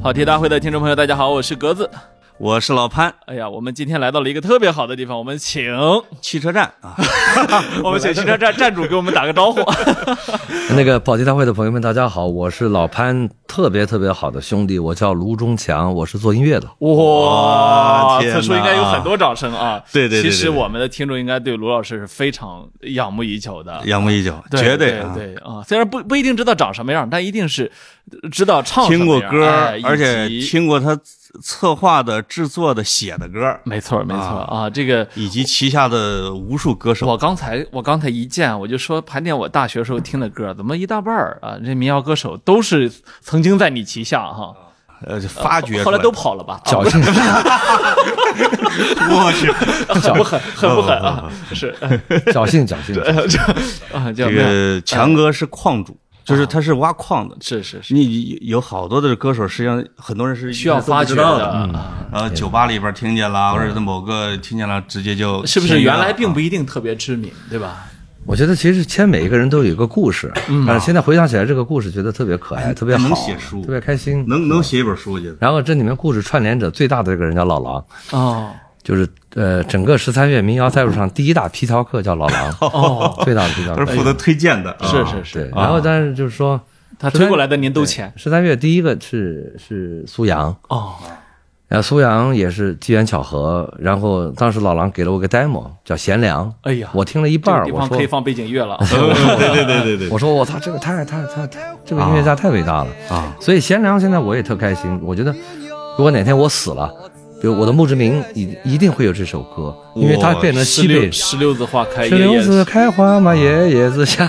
好，铁大会的听众朋友，大家好，我是格子。我是老潘，哎呀，我们今天来到了一个特别好的地方，我们请我汽车站 啊， 们请汽车站站主给我们打个招呼。那个保洁大会的朋友们，大家好，我是老潘，特别特别好的兄弟，我叫卢中强，我是做音乐的。 哇，哇天此哪处应该有很多掌声啊！对对对对其实我们的听众应该对卢老师是非常仰慕已久的，仰慕已久，绝对啊，对啊！虽然不不一定知道长什么样，但一定是知道唱什么听过样歌，哎以而且及听过他策划的、制作的、写的歌，没错没错啊啊，这个以及旗下的无数歌手。我刚才我刚才一见我就说盘点我大学时候听的歌，怎么一大半儿啊？这民谣歌手都是曾经在你旗下哈，呃，就发掘出后来都跑了吧？啊侥幸，我去，很不狠， 很不狠啊！是侥幸，侥幸。啊，叫嗯这没有个强哥是矿主，嗯就是他是挖矿的。是是是，你有好多的歌手，实际上很多人是需要发掘都不知道的。的。嗯啊然后酒吧里边听见了，或者在某个听见了，直接就是不是签约原了来并啊不一定特别知名，对吧？我觉得其实签每一个人都有一个故事，嗯但是现在回想起来，这个故事觉得特别可爱，特别好，啊哎能写书特别开心。能能写一本书，我觉得。然后这里面故事串联者最大的这个人叫老狼，哦就是呃，整个十三月民谣赛路上第一大皮条客叫老狼，哦，最大的皮条他是客。负责推荐的，是啊是是，对，然后但是就是说，他推过来的您都签十三月第一个是是苏阳，哦然后苏阳也是机缘巧合，然后当时老狼给了我个 demo 叫《贤良》，哎呀我听了一这半个儿，地我方可以说，放背景乐了啊。对对对对对，我说我操，这个太太太太，这个音乐家太伟大了啊！所以《贤良》现在我也特开心，我觉得如果哪天我死了，比如我的墓志铭一一定会有这首歌，因为它变成十西北六。十六字花开，石夜榴夜啊子开花嘛，夜夜自 香。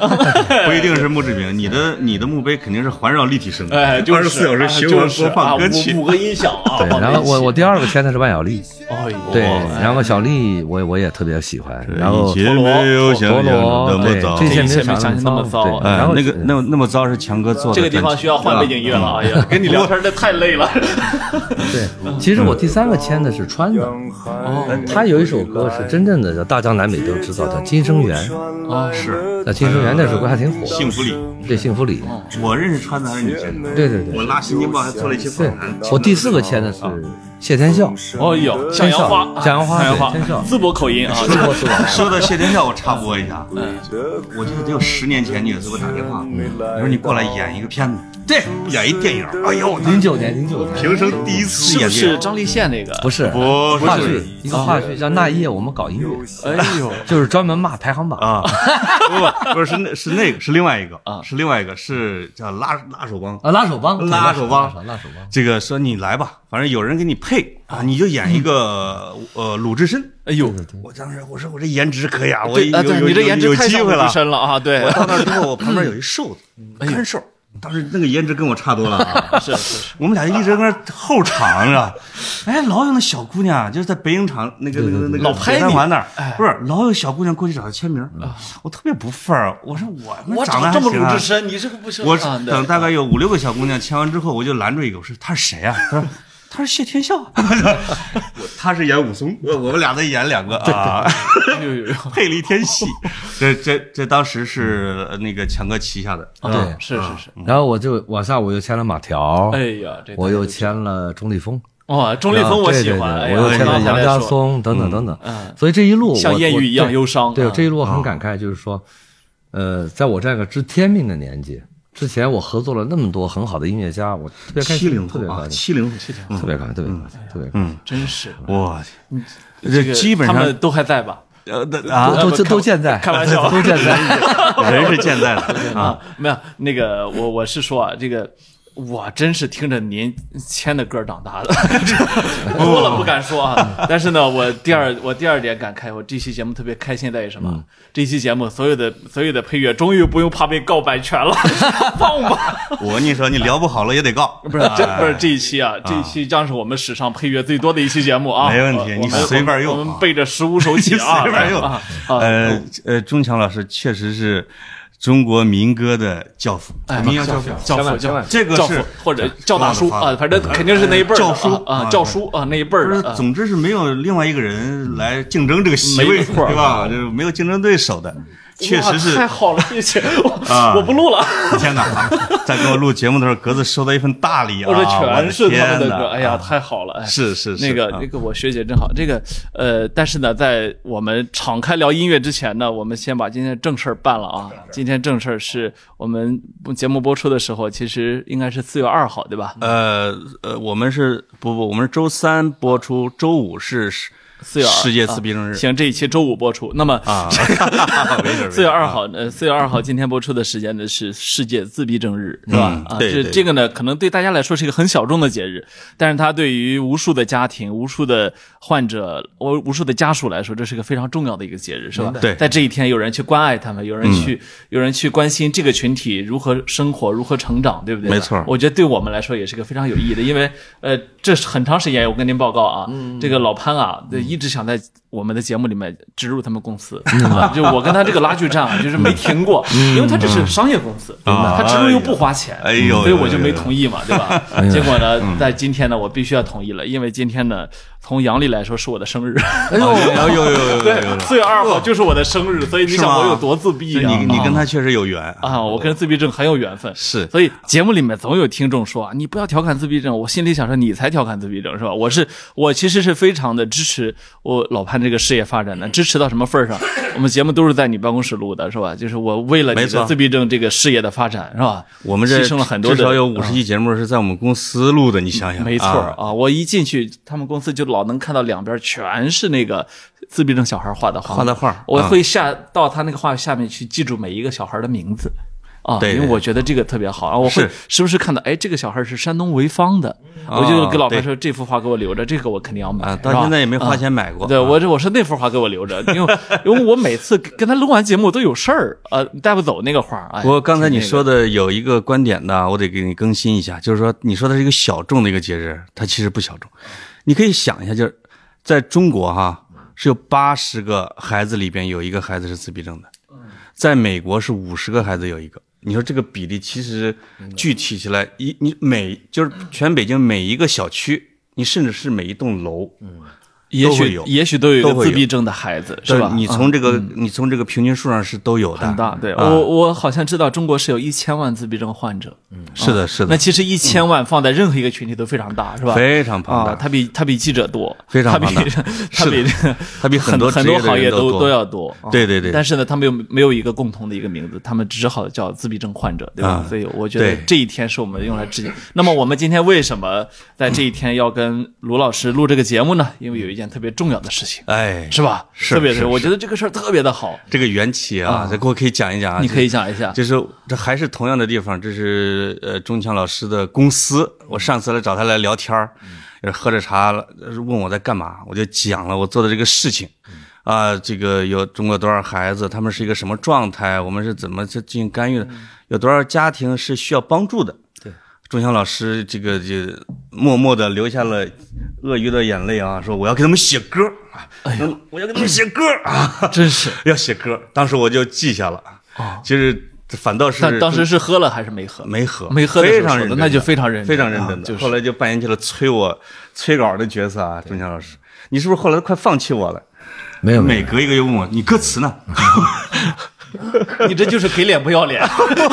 不一定是墓志铭，你的你的墓碑肯定是环绕立体声的，哎，就二是十四小时循啊环就是播放歌曲啊五，五个音响啊。对，放在然后我我一起第二个签的是万晓利，哎呦对，哎然后小丽我我也特别喜欢，然后以前没有想陀象中螺那么对，糟这。些这一切没没想有想象象那么糟啊对哎然后那个那那么糟是强哥做这的专个辑，地方需要换背景乐了，哎呀，跟你聊天这太累了。对，其实我第三个签的是川的，哦嗯他有一首歌是真正的叫大江南北都知道，叫《今生缘》。哦，是那《今生缘》那首歌还挺火，幸福里。对幸福里，嗯我认识川南是你真的，对对我对。拉新京报还做了一期访对谈。，我第四个签的是啊谢天笑，哦呦，向天阳花，笑，向阳花，向阳花对天笑，淄博口音啊，我是吧？说到谢天笑，我插播一下，啊嗯我记得得有十年前，你有一次给我打电话，你说你过来演一个片子，对，演一电影，哎呦，零九年，零九年，平生第一次嗯是演不电是影，张立宪那个？不是不话是啊剧，一个话剧叫《那一夜我们搞音乐》，哎呦，就是专门骂排行榜。啊，不不不是那是那个是另外一个啊，是另外一个是叫拉拉手帮啊，拉手帮，对拉手帮拉手帮，这个说你来吧，反正有人给你配啊，你就演一个呃鲁智深。哎呦，我当时我说我这颜值可以啊，我对啊，有对有你这有颜值有太机像会鲁了智。深了啊！对 我，到那儿之后，我旁边有一瘦子，干瘦，当时那个颜值跟我差多了 啊。是是，我们俩一直在那儿后场是吧？ 哎，老有那小姑娘，就是在北影厂那个那个那个老拍北三你环那儿，不是老有小姑娘过去找他签名，我特别不忿儿，我说嗯我我长长得得这么还行啊鲁智深，你这个不是我啊对等大概有五六个小姑娘签完之后，我就拦住一个，我说他是谁啊？他说 他是谢天 笑，我他是演武松，我我们俩在演两个啊，哎呦呦呦， 配了一天戏。这这这当时是呃那个强哥旗下的，对啊是是是，然后我就往下，我又签了马条，哎呀，这我又签了钟立风，哇，钟立风我喜欢，啊哎对对呀对我又签刚了刚杨还在家说松等等等等嗯，所以这一路我像艳遇一样我忧伤对，嗯对这一路我很感慨，就是说，呃，在我这样一个知天命的年纪，之前我合作了那么多很好的音乐家，我特别开七零心，特后别啊，高兴，七零后，嗯七零特别高兴，特别高兴，特别高兴。真是，我去，这这个基本他上们都还在吧？呃那啊，都都都健在，开玩笑都健在。 人是健在的 啊，啊， 没有那个，我我是说啊，这个我真是听着您签的歌长大的， 多了不敢说啊。但是呢，我第二我第二点感慨，我这期节目特别开心在于什么？嗯这期节目所有的所有的配乐终于不用怕被告版权了， 放吧。我跟你说，你聊 不好了也得告，哎不是这不是这一期啊，这一期将是我们史上配乐最多的一期节目啊。没问题我你我们随便用我们我啊们背着十五首起啊，随便用啊。啊呃呃，钟强老师确实是中国民歌的教父，民谣哎教父，教父教这个教父是或者教大叔忘了啊，反正肯定是那一辈儿的教叔啊，啊啊教叔啊那一辈儿不是的，啊总之嗯是没有另外一个人来竞争这个席位，啊没错对吧？就是没有竞争对手的。确实是哇太好 了，谢谢我啊我不录了。天哪！在给我录节目的时候，格子收到一份大礼啊！我我说全的是他们天的哪歌，哎呀，啊太好了，哎是是是那个啊那个我学姐真好，这个呃，但是呢，在我们敞开聊音乐之前呢，我们先把今天的正事儿办了啊。今天正事儿是我们节目播出的时候，其实应该是四月二号，对吧？呃呃，我们是不不，我们是周三播出，周五是世四月二世界自闭症日行，这一期周五播出。那么啊，没事没事四月二号，呃，四月二号今天播出的时间呢是世界自闭症日，是吧嗯？啊，对这对这个呢，可能对大家来说是一个很小众的节日，但是它对于无数的家庭、无数的患者、无无数的家属来说，这是一个非常重要的一个节日，是吧？嗯对嗯在这一天，有人去关爱他们，有人去，有人去关心这个群体如何生活、如何成长，对不对？没错我觉得对我们来说也是个非常有意义的，因为呃，这是很长时间，我跟您报告啊，这个老潘啊，对一直想在我们的节目里面植入他们公司，啊 就我跟他这个拉锯战 啊，就是没停过，因为他这是商业公司，嗯啊他植入又不花钱，哎呦所以我就哎呦嗯没同意嘛，对 吧？结果呢，在今天呢，我必须要同意了，因为今天呢，从阳历来说是我的生日，哎呦 哎呦呦呦呦！四月二号就是我的生日，所以你是想吗我有多自闭就啊？你你啊跟他确实有缘啊，我跟自闭症很有缘分，是所以节目里面总有听众说啊，你不要调侃自闭症，我心里想说你才调侃自闭症是吧？我是我其实是非常的支持我老潘这个事业发展的，嗯支持到什么份儿 上？我们节目都是在你办公室录的是吧？就是我为了你没错的自闭症这个事业的发展是吧？我们这牺牲了很多的，至少有五十期节目是在我们公司录的，你想 想，没错啊儿啊，我一进去，他们公司就老能看到两边全是那个自闭症小孩画的画，画的画我啊会下到他那个画下面去记住每一个小孩的名字。啊，对因为对我觉得这个特别好，然后我会是时不时看到，哎，这个小孩是山东潍坊的，我就啊跟老对潘说这幅画给我留着，这个我肯定要买。啊，是到吧现在也没花钱买过。对我这我是那幅画给我留着， 因为因为我每次跟他录完节目都有事儿，呃，带不走那个画儿。 哎不过刚才你挺那个说的有一个观点呢，我得给你更新一下，就是说你说的是一个小众的一个节日，它其实不小众。你可以想一下，就是在中国哈，是有八十个孩子里边有一个孩子是自闭症的，在美国是五十个孩子有一个。你说这个比例其实具体起来，一你每就是全北京每一个小区，你甚至是每一栋楼，嗯也都会许有也许都有一都个会自有闭症的孩子，对是吧？嗯你从这个你从这个平均数上是都有的，很大。对、哦啊我，我好像知道中国是有一千万自闭症患者。是的，是哦那的，其实一千万放在任何一个群体都非常大，是吧？非常庞大啊，。它比它比记者多，非常它比庞大 它是比的 它比很很多很职业多行的人业都都多要多。啊对对对但是呢，他们又没有一个共同的一个名字，他们只好叫自闭症患者，对吧？啊所以我觉得对这一天是我们用来致敬。那么我们今天为什么在这一天要跟卢老师录这个节目呢？因为有一件特别重要的事情，哎，是吧？是特别是我觉得这个事儿特别的好，这个缘起啊，这给我可以讲一讲啊。你可以这，讲一下。就是这还是同样的地方，这是呃钟强老师的公司。我上次来找他来聊天儿，也是喝着茶，呃问我在干嘛，我就讲了我做的这个事情。啊，这个有中国多少孩子，他们是一个什么状态，我们是怎么去进行干预的，有多少家庭是需要帮助的。嗯对，钟祥老师这个就默默的流下了鳄鱼的眼泪啊，说我要给他们写歌儿，哎、我要给他们写歌儿啊，真是， 要写歌，当时我就记下了。其实反倒哦但是当时是喝了还是没喝？没喝，没喝的时候非常认说真的的，那就非常认真非常认真啊的。就是后来就扮演起了催我催稿的角色啊，钟强老师，你是不是后来都快放弃我了？没有没有每，隔一个月问我你歌词呢？ 你这就是给脸不要 脸，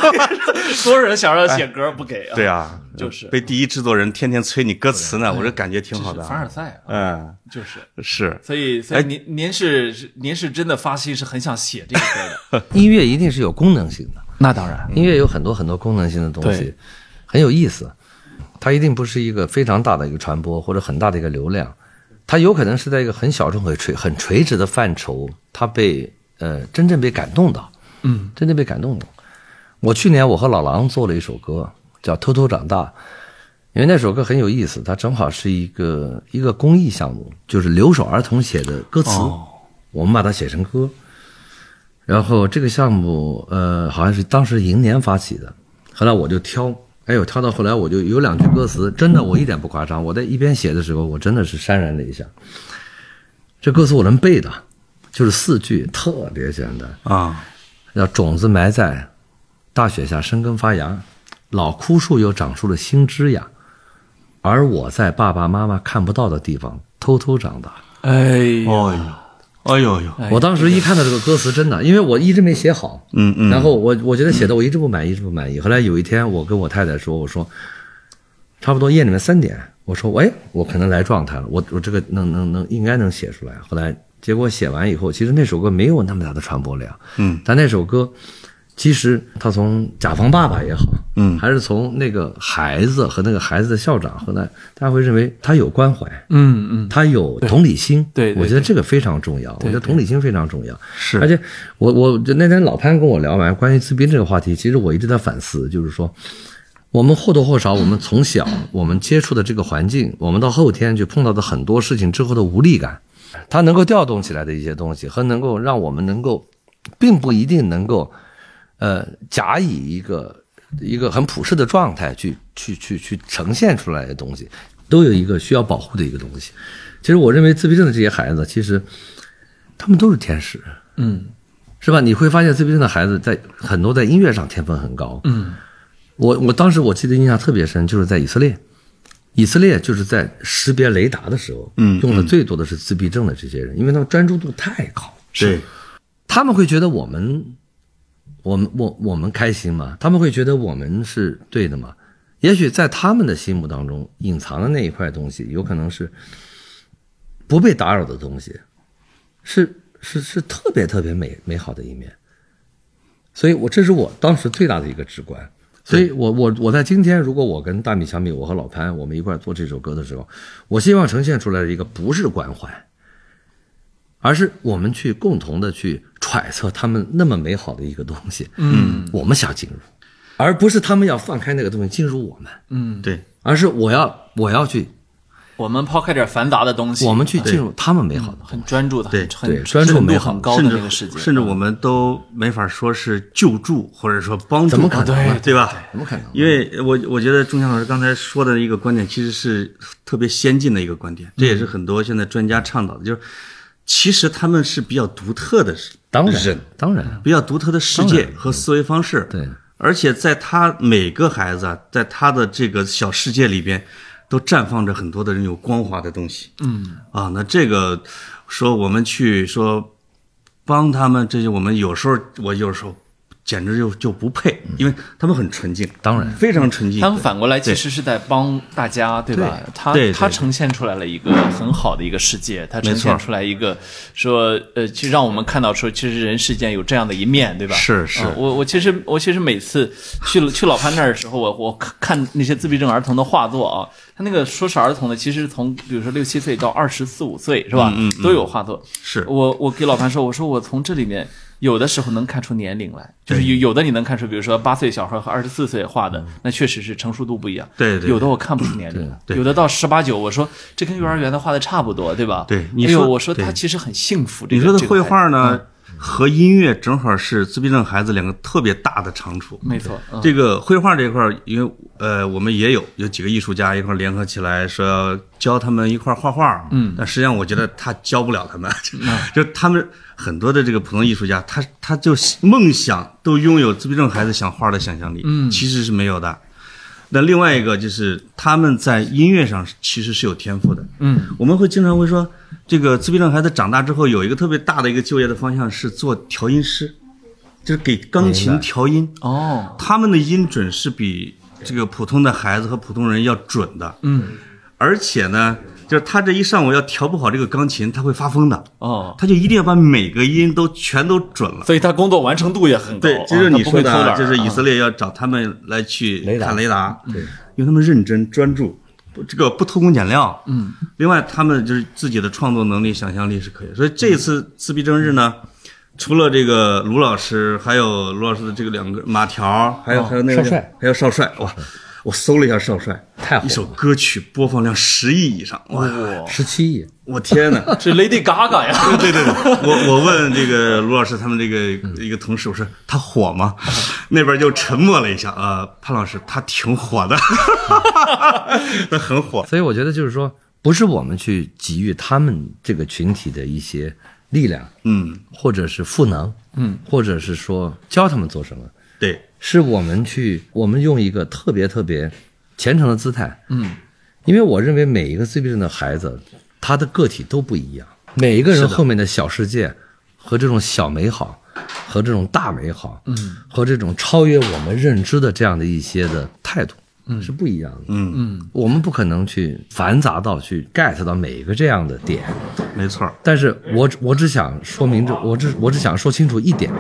所有人想让写歌不给啊。哎对，啊，就是被第一制作人天天催你歌词呢，我这感觉挺好的凡尔啊。赛啊，嗯，哎就是。是所以，所以您您是您是真的发心是很想写这个 歌的，音乐一定是有功能性的，那当然，音乐有很多很多功能性的东西对，很有意思。它一定不是一个非常大的一个传播或者很大的一个流量，它有可能是在一个很小众、很垂、很垂直的范畴，它被呃真正被感动到，嗯，真正被感动到。我去年我和老狼做了一首歌，叫《偷偷长大》，因为那首歌很有意思，它正好是一个一个公益项目，就是留守儿童写的歌词，我们把它写成歌。然后这个项目，呃，好像是当时银联发起的，后来我就挑，哎呦，挑到后来我就有两句歌词，真的我一点不夸张，我在一边写的时候，我真的是潸然泪下。这歌词我能背的，就是四句，特别简单。啊，让种子埋在大雪下生根发芽，老枯树又长出了新枝桠，而我在爸爸妈妈看不到的地方偷偷长大。哎，哦，哎呦呦，哎我当时一看到这个歌词，真的，因为我一直没写好，嗯嗯，然后我我觉得写的我一直不满意，一直不满意。后来有一天，我跟我太太说，我说，差不多夜里面三点，我说，喂，我可能来状态了，我我这个能能能应该能写出来。后来结果写完以后，其实那首歌没有那么大的传播量，嗯，但那首歌。其实他从甲方爸爸也好，嗯还是从那个孩子和那个孩子的校长，后来大家会认为他有关怀，嗯嗯，他有同理心，对对对我觉得这个非常重要，我对觉得同理心非常重要。是而且我我就那天老潘跟我聊完关于自闭这个话题，其实我一直在反思，就是说，我们或多 或少，我们从小我们接触的这个环境，我们到后天去碰到的很多事情之后的无力感，它能够调动起来的一些东西，和能够让我们能够，并不一定能够，呃，假以一个一个很普世的状态去去去去呈现出来的东西，都有一个需要保护的一个东西。其实我认为自闭症的这些孩子，其实他们都是天使，嗯，是吧？你会发现自闭症的孩子在很多在音乐上天分很高，嗯，我我当时我记得印象特别深，就是在以色列，以色列就是在识别雷达的时候，嗯用的最多的是自闭症的这些人，因为他们专注度太高，对，他们会觉得我们，我们我我们开心吗？他们会觉得我们是对的吗？也许在他们的心目当中隐藏的那一块东西，有可能是不被打扰的东西，是是是特别特别美美好的一面。所以我这是我当时最大的一个直观。所以我我我在今天，如果我跟大米相比，我和老潘我们一块儿做这首歌的时候，我希望呈现出来的一个不是关怀，而是我们去共同的去揣测他们那么美好的一个东西，嗯，我们想进入，而不是他们要放开那个东西进入我们，对，而是我要我要去我们抛开点繁杂的东西，我们去进入啊嗯他们美好的。很专注的，对很对很专注深度美好很嗯高的甚那个世至界，甚至我们都没法说是救助或者说帮助，怎么可能呢对吧？怎么可能？因为我我觉得钟强老师刚才说的一个观点，其实是特别先进的一个观点，这也是嗯很多现在专家倡导的，就是其实他们是比较独特的人，当然，当然，比较独特的世界和思维方式。对，而且在他每个孩子啊，在他的这个小世界里边，都绽放着很多的这种光滑的东西。嗯，啊，那这个说我们去说帮他们，这就我们有时候我有时候简直就就不配，因为他们很纯净，当然非常纯净。嗯他们反过来其对实是在帮大家，对吧？他对对他呈现出来了一个很好的一个世界，他呈没错现出来一个说，呃，去让我们看到说，其实人世间有这样的一面，对吧？是是嗯我我其实我其实每次去了去老潘那儿的时候，我我看看那些自闭症儿童的画作啊，他那个说是儿童的，其实从比如说六七岁到二十四五岁是吧，嗯嗯嗯都有画作。是我我给老潘说，我说我从这里面有的时候能看出年龄来，就是有有的你能看出，比如说八岁小孩和二十四岁画的，那确实是成熟度不一样。嗯对对有的我看不出年龄来，对有的到十八九，我说这跟幼儿园的画的差不多，对吧？对你哎呦说我说对他其实很幸福。这你个说的这个绘孩嗯画呢、和音乐正好是自闭症孩子两个特别大的长处。子，没错，嗯这个绘画这块儿，因为呃，我们也有有几个艺术家一块儿联合起来，说要教他们一块儿画画。嗯，但实际上我觉得他教不了他们， 就他们很多的这个普通艺术家，他他就梦想都拥有自闭症孩子想画的想象力，嗯，其实是没有的。那另外一个就是他们在音乐上其实是有天赋的，嗯，我们会经常会说，这个自闭症孩子长大之后有一个特别大的一个就业的方向是做调音师，就是给钢琴调音。哦，他们的音准是比这个普通的孩子和普通人要准的。嗯，而且呢，就是他这一上午要调不好这个钢琴，他会发疯的。哦，他就一定要把每个音都全都准了。所以他工作完成度也很高。对，这就是你说的啊他不会啊，偷懒儿就是以啊色列要找他们来去雷达看雷达，对，因为他们认真专注，不这个不偷工减料。嗯，另外他们就是自己的创作能力、想象力是可以的。所以这次自闭症日呢，除了这个卢老师，还有卢老师的这个两个马条，还有还有那个少帅还有少帅，哇！我搜了一下少帅，太火了一首歌曲播放量十亿以上，哇！哇，十七亿，我天哪！是 Lady Gaga 呀， 对对对，我我问这个卢老师他们这个一个同事，我说他火吗？ 那边就沉默了一下啊、呃潘老师他挺火的， 他很火，所以我觉得就是说，不是我们去给予他们这个群体的一些力量，嗯，或者是赋能，嗯，或者是说教他们做什么，对，是我们去，我们用一个特别特别虔诚的姿态，嗯，因为我认为每一个自闭症的孩子，他的个体都不一样，每一个人后面的小世界和这种小美好，和这种大美好，嗯，和这种超越我们认知的这样的一些的态度，嗯，是不一样的。嗯嗯，我们不可能去繁杂到去 get 到每一个这样的点，没错儿，但是我只我只想说明这，我只我只想说清楚一点，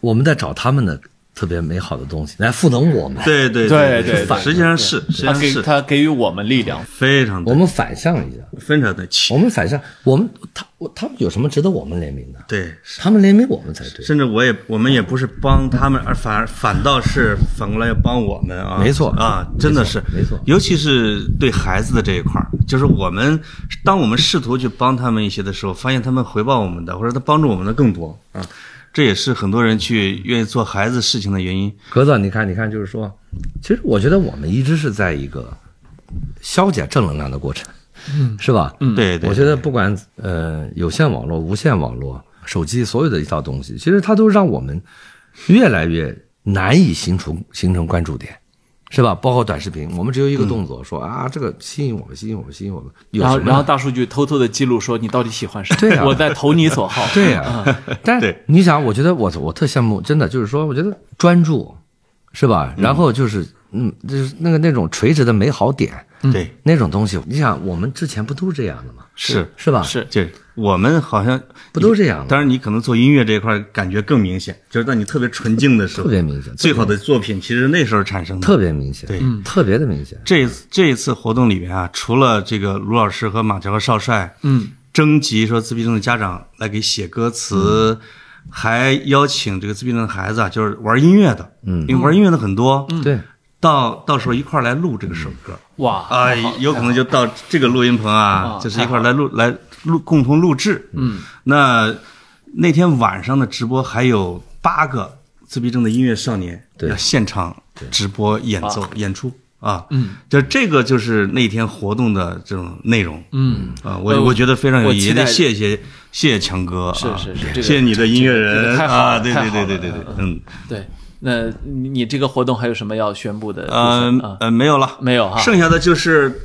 我们在找他们的特别美好的东西来赋能我们，对对对对对实际上是，实际 他上给是他给予我们力量，非常我的们反向一下，非常的气我，们反向，我们他我他们有什么值得我们怜悯的？对，他们怜悯我们才对。甚至我也我们也不是帮他们，而反而反倒是反过来要帮我们啊！没错啊，真的是没错尤其是对孩子的这一块儿，就是我们当我们试图去帮他们一些的时候，发现他们回报我们的，或者他帮助我们的更多啊，这也是很多人去愿意做孩子事情的原因。格子，你看，你看，就是说，其实我觉得我们一直是在一个消解正能量的过程，嗯，是吧？嗯，对对，我觉得不管呃有线网络、无线网络、手机所有的一套东西，其实它都让我们越来越难以形成形成关注点，是吧？包括短视频，我们只有一个动作，说啊这个吸引我们，吸引我们，吸引我们，有然后什然后么？大数据偷偷的记录说你到底喜欢谁，对 啊我在投你所好，对呀、但是对你想，我觉得我我特羡慕，真的就是说，我觉得专注，是吧？然后就是嗯，就是那个那种垂直的美好点，对那种东西，你想我们之前不都是这样的吗？是是吧？是就是我们好像不都这样吗当然，你可能做音乐这一块儿感觉更明显，就是当你特别纯净的时候，特别明显最好的作品其实那时候产生的。特别明显，对特别的明显。这一次这一次活动里面啊，除了这个卢老师和马乔和少帅，嗯，征集说自闭症的家长来给写歌词，还邀请这个自闭症的孩子啊，就是玩音乐的，嗯，因为玩音乐的很多，嗯，对，到到时候一块儿来录这个首歌，哇，啊，有可能就到这个录音棚啊，就是一块儿来录来录共同录制。嗯，那那天晚上的直播还有八个自闭症的音乐少年对要现场直播演奏演出啊。嗯，就这个就是那天活动的这种内容。嗯啊，我呃我觉得非常有我意义，期也得待谢谢谢谢强哥啊，是是是这个谢谢你的音乐这人个太好了啊，对太对好了对对对对，嗯对，那你你这个活动还有什么要宣布的部分呃啊？呃没有了，没有哈剩下的就是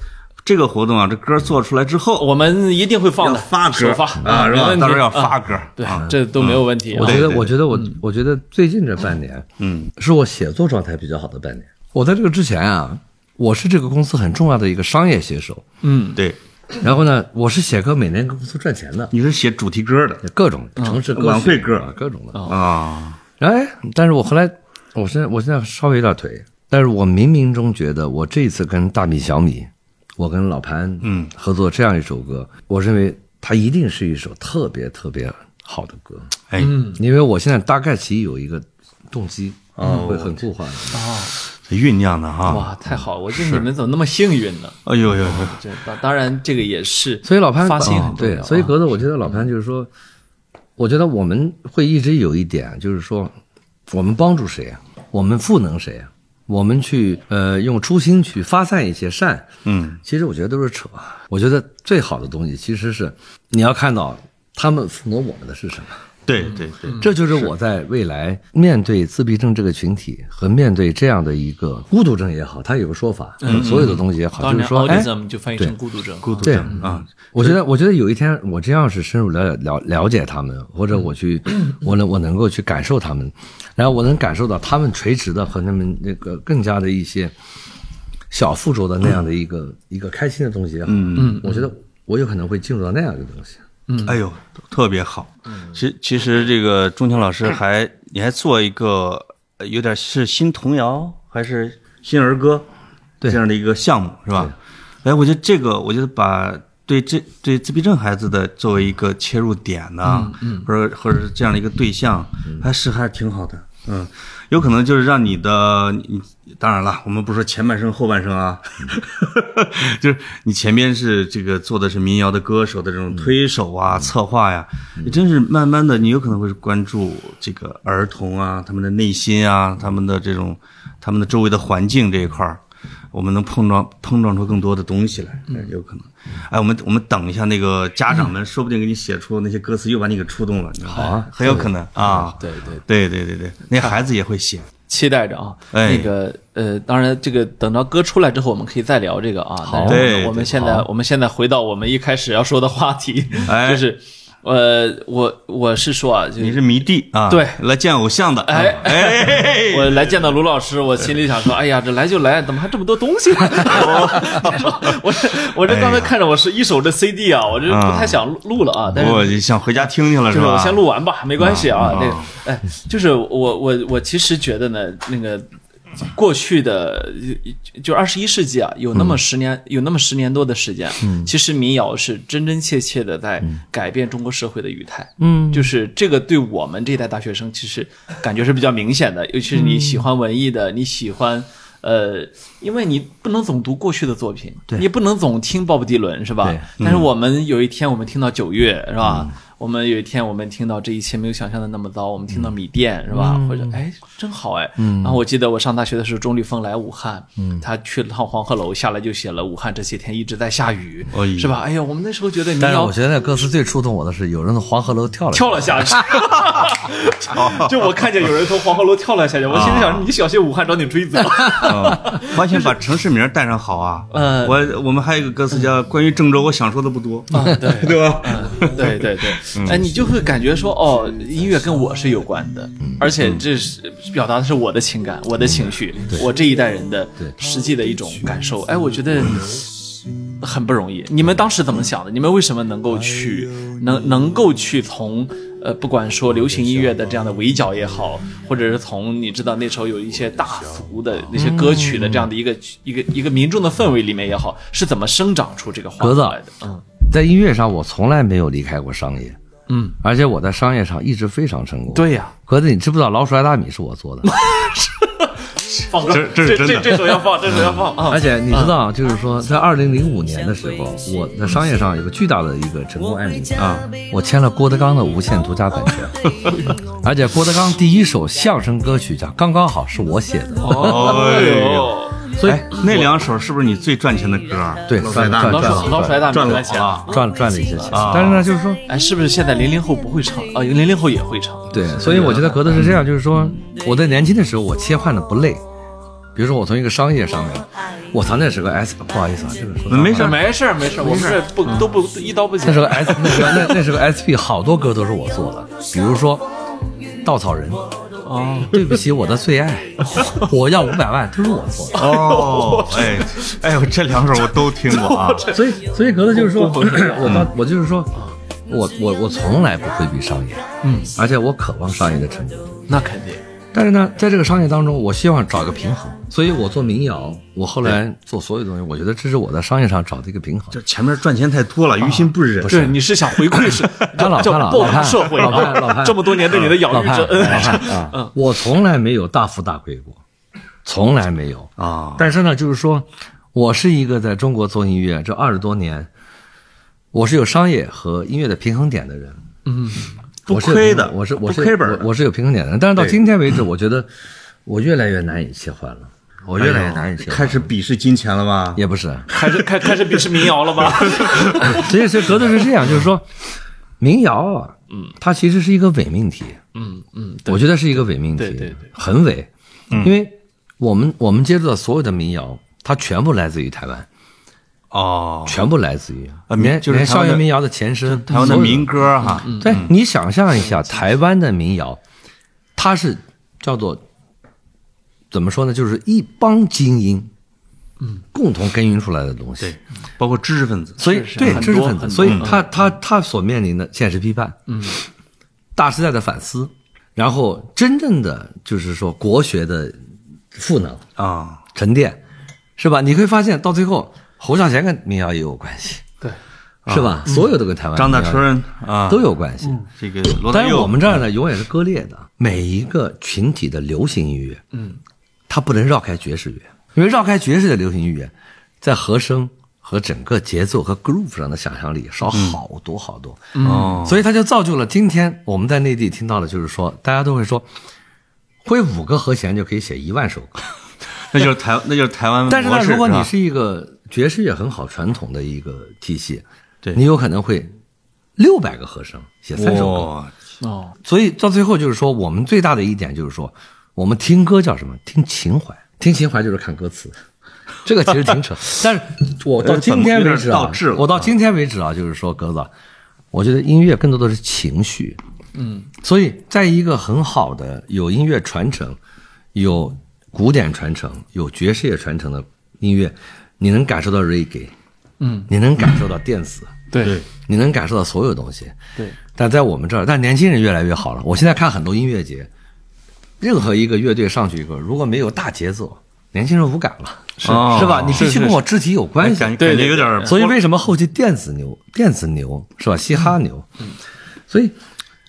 这个活动啊，这歌做出来之后，我们一定会放要的，发歌首发啊，是没吧？问题到时候要发啊歌，对啊，这都没有问题啊。我觉得，对对我觉得我，我觉得最近这半年，嗯，是我写作状态比较好的半年。我在这个之前啊，我是这个公司很重要的一个商业写手，嗯，对，然后呢，我是写歌，每年给公司赚钱的，你是写主题歌的各种城市歌曲晚会歌啊各种的。嗯啊，然后哎，但是我后来，我现在我现在稍微有点颓，但是我冥冥中觉得，我这一次跟大米、小米，我跟老潘嗯合作这样一首歌，我认为它一定是一首特别特别好的歌，哎，嗯因为我现在大概其有一个动机啊，会很固化的。酝酿的哈，哇，太好了！我觉得你们怎么那么幸运呢？哎呦呦呦，这当当然，这个也是，所以老潘发心啊很重要对，啊。所以格子，我觉得老潘就是说，我觉得我们会一直有一点，就是说，我们帮助谁啊，我们赋能谁啊，我们去呃用初心去发散一些善，嗯，其实我觉得都是扯。我觉得最好的东西其实是你要看到他们赋能我们的是什么。对对对，这就是我在未来面对自闭症这个群体和面对这样的一个孤独症也好，它有个说法，所有的东西也好，当就是年说，哎， autism 就翻译成孤独症，孤独对嗯啊，我觉得，我觉得有一天，我真要是深入了解了了解他们，或者我 去，我能我能够去感受他们，然后我能感受到他们垂直的和他们那个更加的一些小附着的那样的一个、一个开心的东西也好，嗯，我觉得我有可能会进入到那样一个东西。嗯哎呦，特别好。其其实这个钟情老师还，你还做一个呃有点是新童谣还是新儿歌对这样的一个项目是吧？哎，我觉得这个，我觉得把对这对自闭症孩子的作为一个切入点呢、嗯或者或者是这样的一个对象，还是还是挺好的。嗯，有可能就是让你的你，当然了，我们不说前半生后半生啊， 就是你前面是这个做的是民谣的歌手的这种推手啊、策划呀，你真是慢慢的，你有可能会关注这个儿童啊，他们的内心啊，他们的这种他们的周围的环境这一块儿，我们能碰撞碰撞出更多的东西来，哎有可能。哎，我们我们等一下，那个家长们说不定给你写出那些歌词，又把你给触动了，好啊很有可能啊，对对对对对对，那孩子也会写，期待着啊。哎那个呃，当然这个等到歌出来之后，我们可以再聊这个啊。但是对我们我对们现在我们现在回到我们一开始要说的话题，哎就是呃，我我是说啊，就你是迷弟啊，对来见偶像的，哎哎，我来见到卢老师，我心里想说，哎呀，这来就来，怎么还这么多东西 呢？我我这我哎这刚才看着我是一手这 CD 啊，我这不太想录了啊，但是我想回家听听了就是吧？我先录完吧，没关系啊。嗯那个，哎，就是我我我其实觉得呢，那个过去的就二十一世纪啊，有那么十年，有那么十年多的时间，其实民谣是真真切切的在改变中国社会的语态。嗯，就是这个对我们这一代大学生，其实感觉是比较明显的，尤其是你喜欢文艺的，你喜欢。呃，因为你不能总读过去的作品，你也不能总听鲍勃迪伦，是吧对？但是我们有一天，我们听到九月，是吧？嗯我们有一天，我们听到这一切没有想象的那么糟，我们听到米店，是吧？嗯或者哎，真好哎。然后我记得我上大学的时候，钟立风来武汉，嗯他去了趟黄鹤楼，下来就写了武汉这些天一直在下雨哎，呦是吧？哎呀，我们那时候觉得民但是谣我觉得那歌词最触动我的是，有人从黄鹤楼跳了下来跳了下 去，就我看见有人从黄鹤楼跳了下去，我心里啊想，你小心武汉找你追责。啊，完全把城市名带上好啊。 呃啊我我们还有一个歌词叫《关于郑州，我想说的不多》，对对吧？嗯对对对，哎，你就会感觉说，哦，音乐跟我是有关的，而且这是表达的是我的情感、我的情绪、我这一代人的实际的一种感受。哎，我觉得很不容易。你们当时怎么想的？你们为什么能够去能能够去从呃，不管说流行音乐的这样的围剿也好，或者是从你知道那时候有一些大幅的那些歌曲的这样的一个、一个一个民众的氛围里面也好，是怎么生长出这个花格子来的？嗯在音乐上，我从来没有离开过商业，嗯，而且我在商业上一直非常成功。，对呀、格子，你知不知道《老鼠爱大米》是我做的？放歌，这这是真的哦这首要放，这首要放啊！而且你知道，就是说，在二零零五年的时候，我在商业上有个巨大的一个成功案例啊，我签了郭德纲的无限独家版权， 而且郭德纲第一首相声歌曲叫《刚刚好》是我写的，哦哎呦，，所以哎，那两首是不是你最赚钱的歌啊？对赚赚赚老鼠老了鼠爱大米赚赚了钱啊！赚了赚了一些钱，但是呢，就是说。哎，是不是现在零零后不会唱啊？零零后也会唱，对，所以我觉得嗯格子是这样，就是说我在年轻的时候我切换的不累，比如说我从一个商业上面，我操那是个 S，不好意思啊，这个说脏话没事这没事儿没事儿，嗯我们这不都不一刀不那剪是。个 S，那是个那那是个 SP，好多歌都是我做的，比如说稻草人。哦，对不起，我的最爱，我要五百万，都是我做的。哦，哎，哎呦，这两首我都听 过啊。所以，所以格子就是说，嗯我到我就是说，我我我从来不规避商业，嗯，而且我渴望商业的成功。那肯定，但是呢，在这个商业当中，我希望找一个平衡，所以我做民谣，我后来做所有东西，我觉得这是我在商业上找的一个平衡就。前面赚钱太多了，于心不忍。对，你是想回馈 是潘老叫潘老报老答潘社会老潘老啊？潘这么多年对你的老养育潘，之老潘恩，嗯啊，我从来没有大富大贵过，从来没有啊但是呢，就是说我是一个在中国做音乐这二十多年，我是有商业和音乐的平衡点的人。不我是有亏平的我是我不是亏本的我我是有平衡点的。但是到对今天为止，我觉得我越来越难以切换了，我越来越难以切换。哎开始鄙视金钱了吧？也不是， 啊开始开开始鄙视民谣了 吧？所以，所以格子是这样，就是说，民谣啊，嗯，它其实是一个伪命题，嗯嗯，我觉得是一个伪命题，对对对很伪，嗯因为我们我们接触到所有的民谣，它全部来自于台湾，哦，全部来自于啊民连就是连台湾校的园民谣的前身，台湾的所有民嗯歌哈，对你想象一下，台湾的民谣，它是叫做怎么说呢？就是一帮精英，嗯，共同耕耘出来的东西，对，包括知识分子。所以是是对很知识多分很子，所以多嗯他他他所面临的现实批判，嗯，大时代的反思，然后真正的就是说国学的赋能啊，沉淀，是吧？你会发现到最后，侯孝贤跟民谣也有关系，对，啊是吧？所有的跟台湾张大民谣春啊，都有关嗯系。这个罗大但是佑，我们这儿呢，永远是割裂的。每一个群体的流行音乐，嗯，它不能绕开爵士乐，因为绕开爵士的流行音乐，在和声和整个节奏和 groove 上的想象力少好多好多。嗯嗯哦，所以它就造就了今天我们在内地听到的，就是说大家都会说，会五个和弦就可以写一万首歌。那就是台，那就是台湾。但是呢，如果你嗯是吧是一个爵士乐很好传统的一个体系，对你有可能会六百个和声写三首歌。哇哦，所以到最后就是说，我们最大的一点就是说，我们听歌叫什么？听情怀，听情怀就是看歌词，这个其实 挺扯。但是我到今天为止有点啊倒置了，我到今天为止啊，就是说格子啊，我觉得音乐更多的是情绪，嗯，所以在一个很好的有音乐传承、有古典传承、有爵士乐传承的音乐，你能感受到 reggae，嗯，你能感受到电子， 对你能感受到所有东西。对，但在我们这儿，但年轻人越来越好了。我现在看很多音乐节，任何一个乐队上去以后，如果没有大节奏，年轻人无感了，是哦哎是吧？你必须跟我肢体有关系。感对感觉有点儿，所以为什么后期电子牛、电子牛是吧？嘻哈牛，嗯所以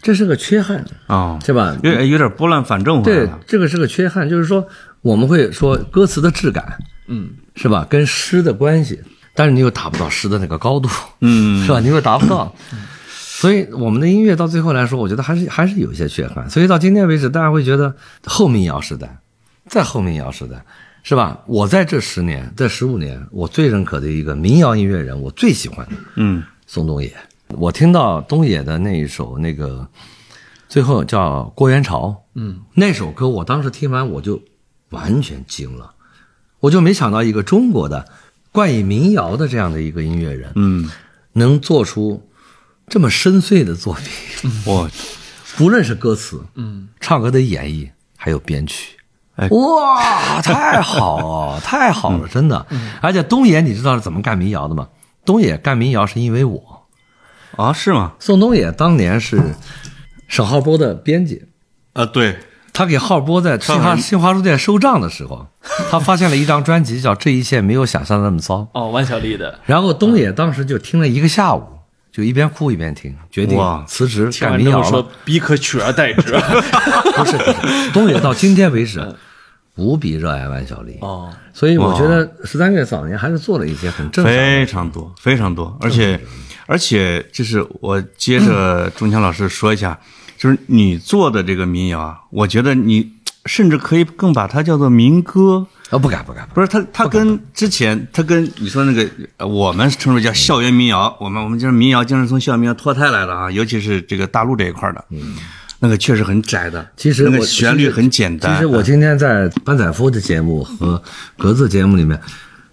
这是个缺憾，啊，是吧？有点有点拨乱反正回来对了，。这个是个缺憾，就是说我们会说歌词的质感，嗯，是吧？跟诗的关系，但是你又达不到诗的那个高度，嗯 是吧？你又达不到，所以我们的音乐到最后来说，我觉得还是还是有一些缺憾。所以到今天为止，大家会觉得后民谣时代，在后民谣时代，是吧？我在这十年，这十五年，我最认可的一个民谣音乐人，我最喜欢的嗯，宋冬野。我听到东野的那一首那个，最后叫《郭元潮》，嗯，那首歌我当时听完我就完全惊了，我就没想到一个中国的冠以民谣的这样的一个音乐人，嗯，能做出这么深邃的作品， 我不论是歌词，嗯，哎唱歌的演绎，还有编曲。哇，太好了，太好了，真的！而且东野，你知道是怎么干民谣的吗？东野干民谣是因为我，啊是吗？宋冬野当年是沈浩波的编辑，啊对，他给浩波在新华上海新华书店收账的时候， 他发现了一张专辑叫《这一切没有想象的那么糟》，哦，万晓利 的，然后东野当时就听了一个下午，就一边哭一边听，决定哇辞职听干完民之后谣说了。逼可取而代 之。不是，不 是东野到今天为嗯止无比热爱万晓利，哦，所以我觉得十三月早年还是做了一些很正常的。非常多，非常多，而且而且就是我接嗯着钟强老师说一下，就是你做的这个民谣啊，我觉得你甚至可以更把它叫做民歌。啊，不敢不敢，不敢不是它，它跟之前，它跟你说那个，呃我们称之为叫校园民谣，我们我们就是民谣，经常从校园民谣脱胎来的啊，尤其是这个大陆这一块的，嗯，那个确实很窄的，其实我那个旋律很简单，嗯其实我今天在班载夫的节目和格子节目里面，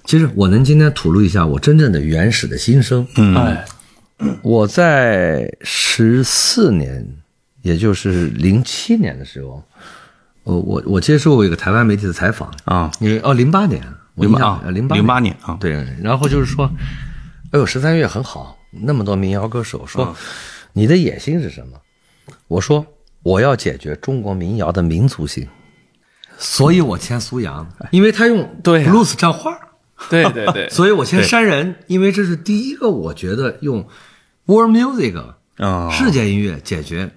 其实我能今天吐露一下我真正的原始的心声。嗯哎，我在十四年，也就是零七年的时候，我我我接受过一个台湾媒体的采访啊，因为哦零八年，我零印八象啊呃零八08年啊对，然后就是说，哎呦十三月很好，那么多民谣歌手说，你的野心是什么？我说我要解决中国民谣的民族性，所以我签苏阳，啊因为他用对呀 blues 唱话儿。对对对，所以我先删人，因为这是第一个我觉得用 world music 啊世界音乐解决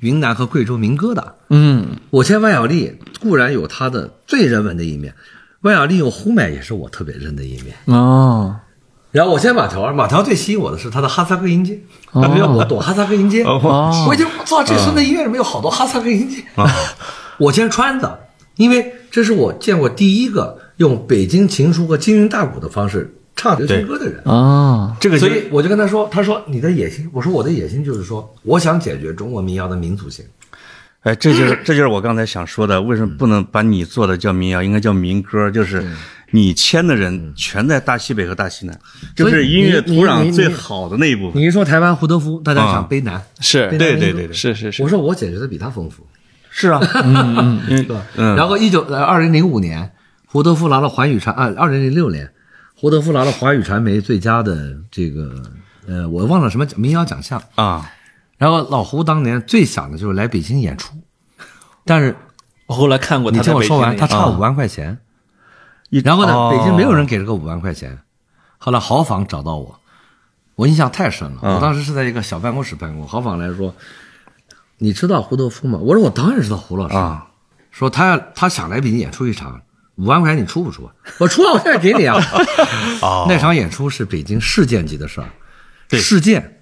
云南和贵州民歌的。嗯，我签万晓利固然有他的最人文的一面，万晓利用呼麦也是我特别认的一面。哦，然后我先马条，马条最吸引我的是他的哈萨克音阶，因为我懂哈萨克音阶，哦我已经知道这孙子音乐里面有好多哈萨克音阶。 我先穿的，因为这是我见过第一个用北京琴书和京韵大鼓的方式唱流行歌的人。哦，这个就所以我就跟他说，他说你的野心，我说我的野心就是说，我想解决中国民谣的民族性。哎，这就是这就是我刚才想说的，为什么不能把你做的叫民谣，应该叫民歌？就是你签的人全在大西北和大西南，就嗯所以是音乐你土壤你最你好的那一部分。你一说台湾胡德夫，大家啊想悲南，是，悲嗯对南民对族对对是是是我，说我解决的比他丰富，是啊，嗯嗯，对吧？嗯然后一九呃二零零五年，胡德夫拿了华语传啊，二零零六年，胡德夫拿了华语传媒最佳的这个呃，我忘了什么奖民谣奖项。啊，然后老胡当年最想的就是来北京演出，但是我后来看过你他在听我北说京完，那他个差啊五万块钱。一然后呢，哦北京没有人给这个五万块钱。后来豪仿找到我，我印象太深了。我当时是在一个小办公室办公，豪仿来说：“你知道胡德夫吗？”我说：“我当然知道胡老师。啊说他要他想来北京演出一场，五万块钱你出不出啊？我出啊，我现在给你啊。那场演出是北京事件级的事儿，对事件，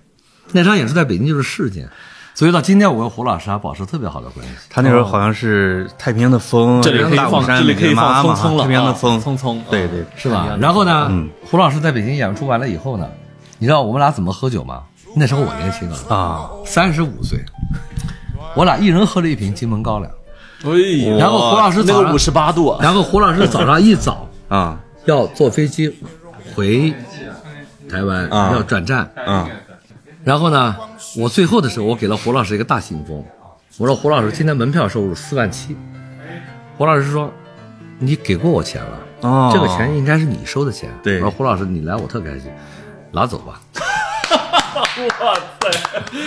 那场演出在北京就是事件，所以到今天我跟胡老师还保持特别好的关系。他那时候哦好像是太平洋的风，这里可以大放，武山这里可以放美匆丽妈妈匆了，太平洋的风，啊匆匆，对对啊是吧？然后呢，嗯胡老师在北京演出完了以后呢，你知道我们俩怎么喝酒吗？那时候我年轻啊，啊，三十五岁，我俩一人喝了一瓶金门高粱，哎呦然后胡老师那早个上五十八度啊，然后胡老师早上一早啊要坐飞机回台湾，啊要转站。啊然后呢，我最后的时候，我给了胡老师一个大信封，我说胡老师，今天门票收入四万七。胡老师说，你给过我钱了，哦这个钱应该是你收的钱。对我说胡老师，你来我特开心，拿走吧。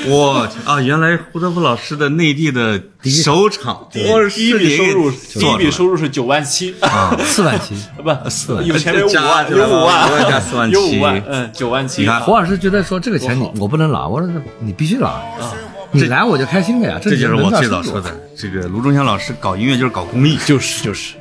我啊，原来胡德夫老师的内地的首场，第第一笔收入，第一笔收入是九万七，啊 四万七。啊不，四万有前面有五加万，起来有吧五五万万，加四 万有五万七，嗯，九万七。你看胡老师觉得说这个钱你多我不能拿，我说那你必须拿，你来我就开心了呀。啊这就是我门票最早收入啊说的，这个卢中祥老师搞音乐就是搞公益，就是就是，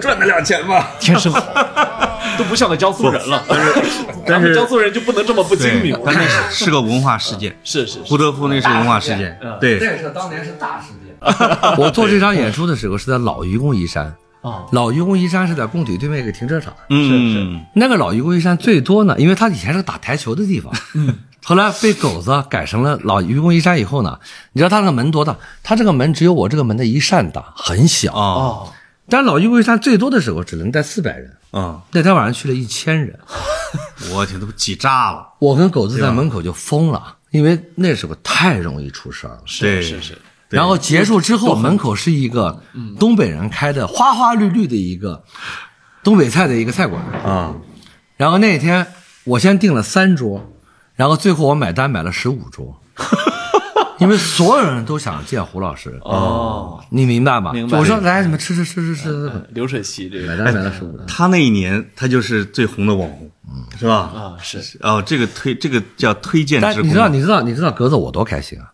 赚得了钱吗？天生好， 都不像个江苏人了。但是， 咱但们是江苏人就不能这么不 精对明，。但那是个文化事件， 是是是胡，德夫那是文化事件，对，个是当年是大事 件。我做这场演出的时候是在老愚公移山哦，老愚公移山是在工体对面一个停车场。啊嗯，那个老愚公移山最多呢，因为它以前是个打台球的地方，嗯 后来被狗子改成了老愚公移山以后呢，你知道它那个门多大？它这个门只有我这个门的一扇大，很小。啊哦，但老愚公移山最多的时候只能带四百人，啊，那天晚上去了一千人。我天，都挤炸了，我跟狗啊子在门口就疯了，因为那时候太容易出事儿了。是对是是，对然后结束之后，门口是一个嗯东北人开的花花绿绿的一个东北菜的一个菜馆。啊，然后那天我先订了三桌，然后最后我买单买了十五桌， 因为所有人都想见胡老师。哦，你明白吧？明白哎我说来，你们吃吃吃吃吃，流水席这买个单买了十五桌。他那一年他就是最红的网红，是吧？啊是，哦，这个推这个叫推荐但之你知道，功，你知道，你知道格子我多开心啊，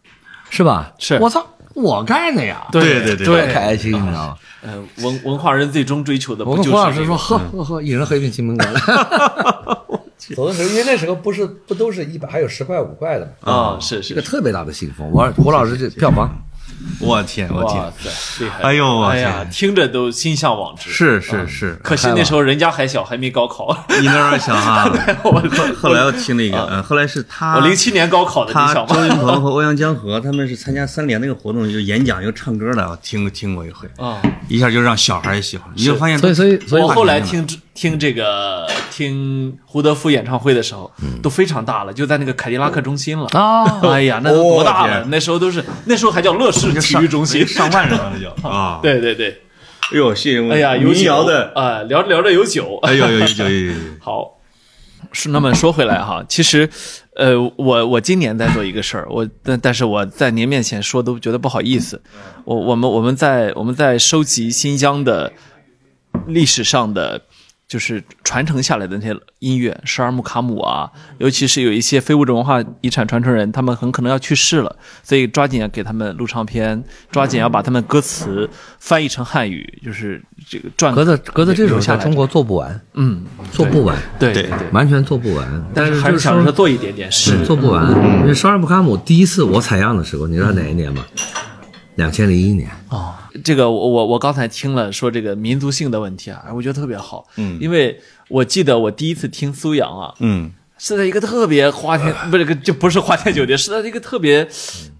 是吧？是我操，我干的呀，对对对对多开心，啊你知道吗？呃，文文化人最终追求的我不跟就是胡老师这说，个喝喝喝，一人喝一瓶金门馆。 走的时候，因为那时候不是不都是一百，还有十块五块的嘛，嗯啊，是一是个，特别大的信封。我胡老师这票房，我天，我哇天，塞，厉害！哎呦我哎呀，天听着都心向往之。，是是是，可惜那时候人家还小，还没高考。你那边 想啊，我后来又听了一个，呃，后来是他，我零七年高考的，你他想周云吗？鹏和欧阳江河他们是参加三联那个活动，有演讲，有唱歌的，我听听过一回，啊，一下就让小孩也喜欢，你就发现所以所以所以我后来晚上听听这个听胡德夫演唱会的时候，嗯都非常大了，就在那个凯迪拉克中心了。啊， 哎呀，那都我多大哦天了？那时候都是那时候还叫乐视就体上育中心。上万 人了那就啊，，对对对，哎呦，谢谢，哎呀，有民酒谣的，啊，聊着聊着有酒，哎呦呦呦呦 呦呦，好，是那么说回来哈，其实，呃，我我今年在做一个事儿，我但但是我在您面前说都觉得不好意思。我我们我们在我们在收集新疆的历史上的。就是传承下来的那些音乐，十二木卡姆啊，尤其是有一些非物质文化遗产传承人，他们很可能要去世了，所以抓紧要给他们录唱片，抓紧要把他们歌词翻译成汉语，就是这个赚格子格子这种嗯留下在来中国做不完，嗯，做不完，对对对。完全做不完。但是是还就是是想着嗯说做一点点事。做不完，因为《十二木卡姆》第一次我采样的时候，你知道哪一年吗？两千零一年。哦，这个我我我刚才听了说这个民族性的问题啊，哎我觉得特别好。嗯，因为我记得我第一次听苏阳啊，嗯，是在一个特别花天不是就不是花天酒地，是在一个特别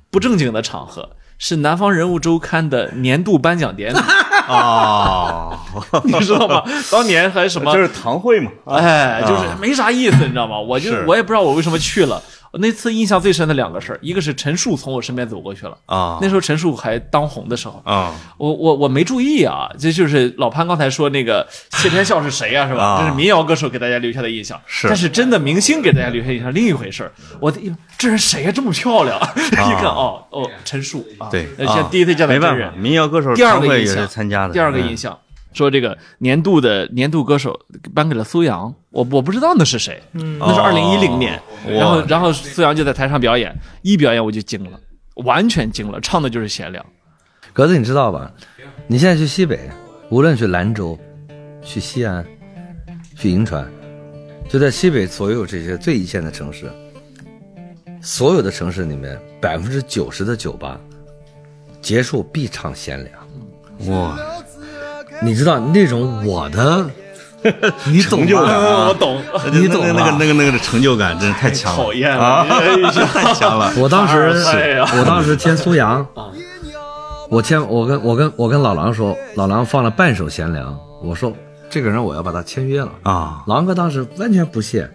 不正经的场合。是《南方人物周刊》的年度颁奖典礼，哦， 你知道吗？当年还什么就是堂会嘛，哎，就是没啥意思，你知道吗？我就是我也不知道我为什么去了。那次印象最深的两个事儿，一个是陈数从我身边走过去了啊那时候陈数还当红的时候，啊，我我我没注意啊，这就是老潘刚才说那个谢天笑是谁呀、是吧？啊这是民谣歌手给大家留下的印象，是但是真的明星给大家留下印象另一回事儿。我的这人谁呀、这么漂亮？ 一看哦哦，陈数啊，啊对，呃啊见第一次见到没办真人法，民谣歌手第二堂个会印也象是参加的，第二个印嗯象，说这个年度的年度歌手颁给了苏阳，我我不知道那是谁，那是哦二零一零年，哇然后然后苏阳就在台上表演，一表演我就惊了，完全惊了，唱的就是贤良，格子，你知道吧？你现在去西北，无论去兰州、去西安、去银川，就在西北所有这些最一线的城市，所有的城市里面，百分之九十的酒吧结束必唱贤良。哇，你知道那种我 的，你懂就吗？啊我懂，你懂那啊个那个吧那个那个的成就感真是太强了，讨厌哎了啊，太强了， 我当凡时尔赛呀，啊我当时签苏阳，我签，我跟我跟我跟老狼说，老狼放了半首贤良，我说这个人我要把他签约了。啊，狼哥当时完全不屑，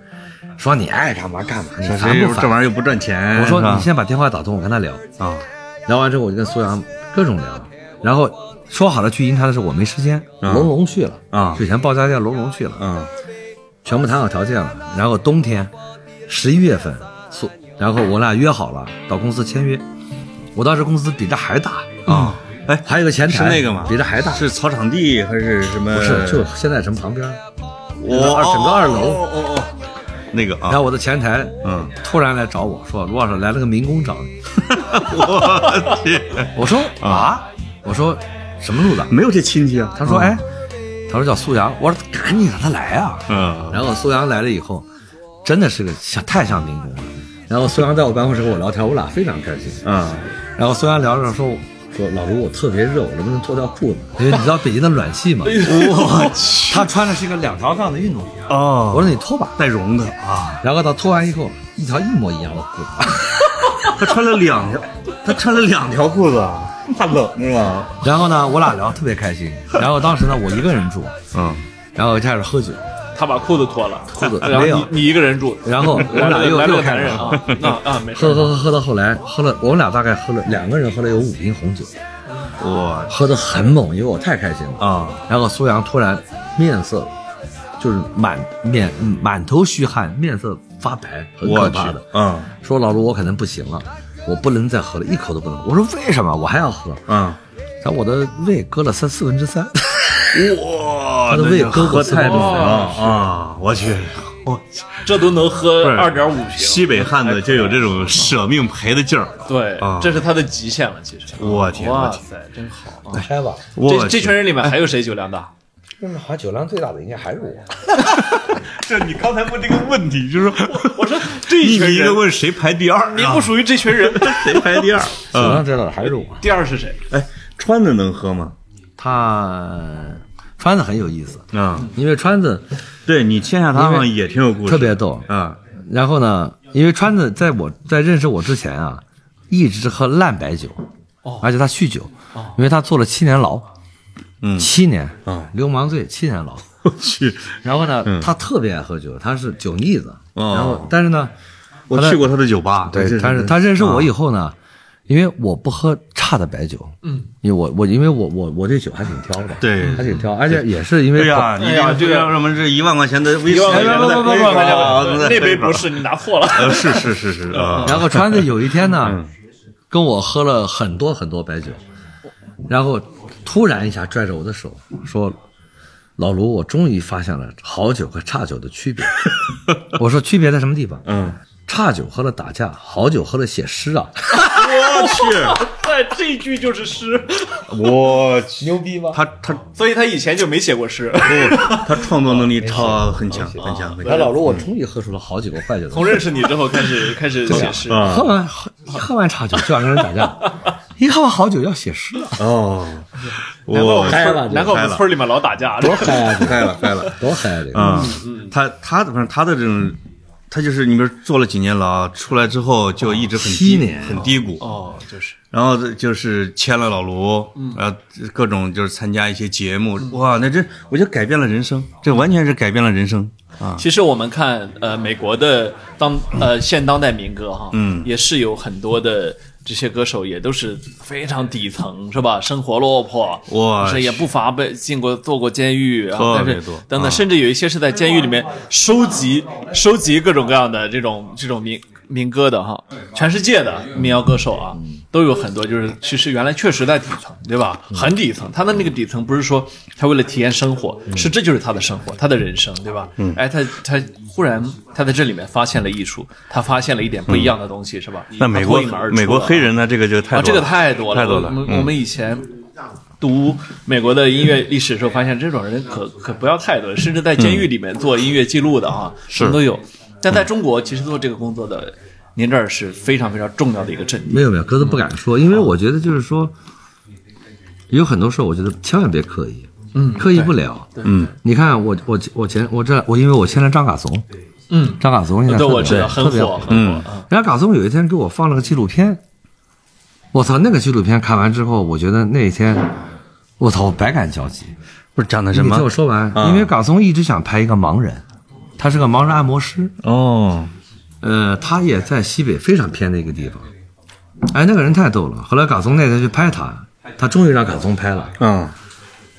说你爱干嘛干嘛，你烦这不这玩意烦？儿又不赚钱。我说哎是吧你先把电话打通，我跟他聊。啊，聊完之后我就跟苏阳各种聊，然后说好了去银川的时候我没时间，嗯龙龙去了啊之前报价叫龙龙去了，嗯全部谈好条件了，然后冬天十一月份苏，然后我俩约好了到公司签约，我当时公司比这还大，啊，哎，还有个前是台那个吗？比这还大，是草场地还是什么？不是就现在城旁边，我二整个二楼哦哦哦哦，那个然啊，后我的前台嗯突然来找我说罗老师来了个民工找你， 我去 我说啊，我说什么路子？没有这亲戚啊。他说哎，他说叫苏阳，我说赶紧让他来啊，嗯，然后苏阳来了以后，真的是个像太像民工了。然后苏阳在我办公室跟我聊天，我俩非常开心。嗯然后苏阳聊着说说老卢，我特别热，我能不能脱掉裤子？因为你知道北京的暖气哎嘛。我去， 他穿的是一个两条杠的运动衣。哦，我说你脱吧，带绒的啊，然后他脱完以后，一条一模一样的裤子。他穿了两条，他穿了两条裤子啊，怕冷是吧？然后呢，我俩聊得特别开心。然后当时呢，我一个人住，嗯，然后开始喝酒，他把裤子脱了，裤子然没有后你你一个人住，然后我来俩了又来了又个开男始人啊，那啊没事喝喝喝喝到后来，喝了我们俩大概喝了两个人喝了有五瓶红酒，我喝得很猛，因为我太开心了。啊，然后苏阳突然面色就是满面嗯满头虚汗，面色发白，很可我去怕的。，嗯说老卢，我可能不行了，我不能再喝了，一口都不能。我说为什么？我还要喝。嗯，然后我的胃割了三四分之三，哇，他的胃割过喝菜太都多没了有啊！我去，我去这都能喝不是二点五瓶，西北汉子就有这种舍命陪的劲儿。对啊，这是他的极限了，其实。我天哇我天塞，真好啊！开吧。我这这去群人里面还有谁酒量大？就是好像酒量最大的应该还是我。嗯这你刚才问这个问题，就是说我说这一一个群一个人，问谁排第二，啊你不属于这群人。谁排第二？酒量嗯，最大的还是我。 第二是谁？ 哎，川子能喝吗？他川子很有意思，啊，因为川子对你签下他好因为像也挺有故事，特别逗。啊， 然后呢，因为川子在我在认识我之前啊，一直喝烂白酒，哦而且他酗酒，因为他坐了七年牢，嗯七年啊流氓罪七年牢。我去，然后呢，嗯他特别爱喝酒，他是酒腻子。哦然后，但是呢，我去过他的啊酒吧，对，真但是他认识我以后呢，因为我不喝差的白酒，嗯，因为我我因为我我我对酒还挺挑的，对还挺挑，而且也是因为对哎呀，你呀这这个个让我们这一万块钱的威士一万块忌，钱不不不不不啊那杯不，是，你拿错了。 呃，是是是是啊， 然后川子有一天呢，跟我喝了很多很多白酒，然后突然一下拽着我的手说：“老卢，我终于发现了好酒和差酒的区别。” 我说：“区别在什么地方？嗯，差酒喝了打架，好酒喝了写诗啊，我去，对，这句就是诗，我去，牛逼吧？他他所以他以前就没写过诗。他创作能力超很强很强很哎，老强，卢，我终于喝出了好酒和坏酒的从认识你之后开始开始写诗，啊喝完喝一喝完差酒就想跟人打架， 一喝完好酒要写诗啊，哦，难怪我我们嗨了村，难怪我们村里面老打架。多嗨啊！这个嗨了嗨了多嗨啊！这个啊，嗯他他反正他的这种。他就是，你比如坐了几年牢，出来之后就一直很低七年很低谷，哦，就是嗯然后这就是签了老卢，然后各种就是参加一些节目，哇，那这我觉得改变了人生，这完全是改变了人生啊！其实我们看呃美国的当呃现当代民歌哈，嗯，也是有很多的这些歌手也都是非常底层是吧？生活落魄，哇是也不乏被进过坐过监狱，然后特但别是多等啊等，甚至有一些是在监狱里面收集收集各种各样的这种这种民民歌的哈，全世界的民谣歌手啊，都有很多就是其实原来确实在底层，对吧？嗯很底层，他的那个底层不是说他为了体验生活，嗯是这就是他的生活，他的人生，对吧？哎，他他忽然他在这里面发现了艺术，他发现了一点不一样的东西，是吧？那美国他脱颖而出美国了黑人呢，这个就太啊，这多个了太多了，太多我了。们嗯我们以前读美国的音乐历史的时候，发现这种人可可不要太多，甚至在监狱里面做音乐记录的啊，什么都有。但在中国，其实做这个工作的，您这儿是非常非常重要的一个阵地。没有没有，哥都不敢哦说，因为我觉得就是说，有很多事儿，我觉得千万别刻意，嗯，刻意不了，嗯。你看我我我前我这我因为我签了张嘎怂，嗯，张嘎怂现在对，特 别我知道，很嗯特别火，火。很火。然后嘎怂有一天给我放了个纪录片，我操，那个纪录片看完之后，我觉得那一天，我操，我百感交集。不是讲的什你听我么？说完，嗯因为港松一直想拍一个盲人，他是个盲人按摩师，哦，呃，他也在西北非常偏的一个地方。哎，那个人太逗了。后来港松那天去拍他，他终于让港松拍了，嗯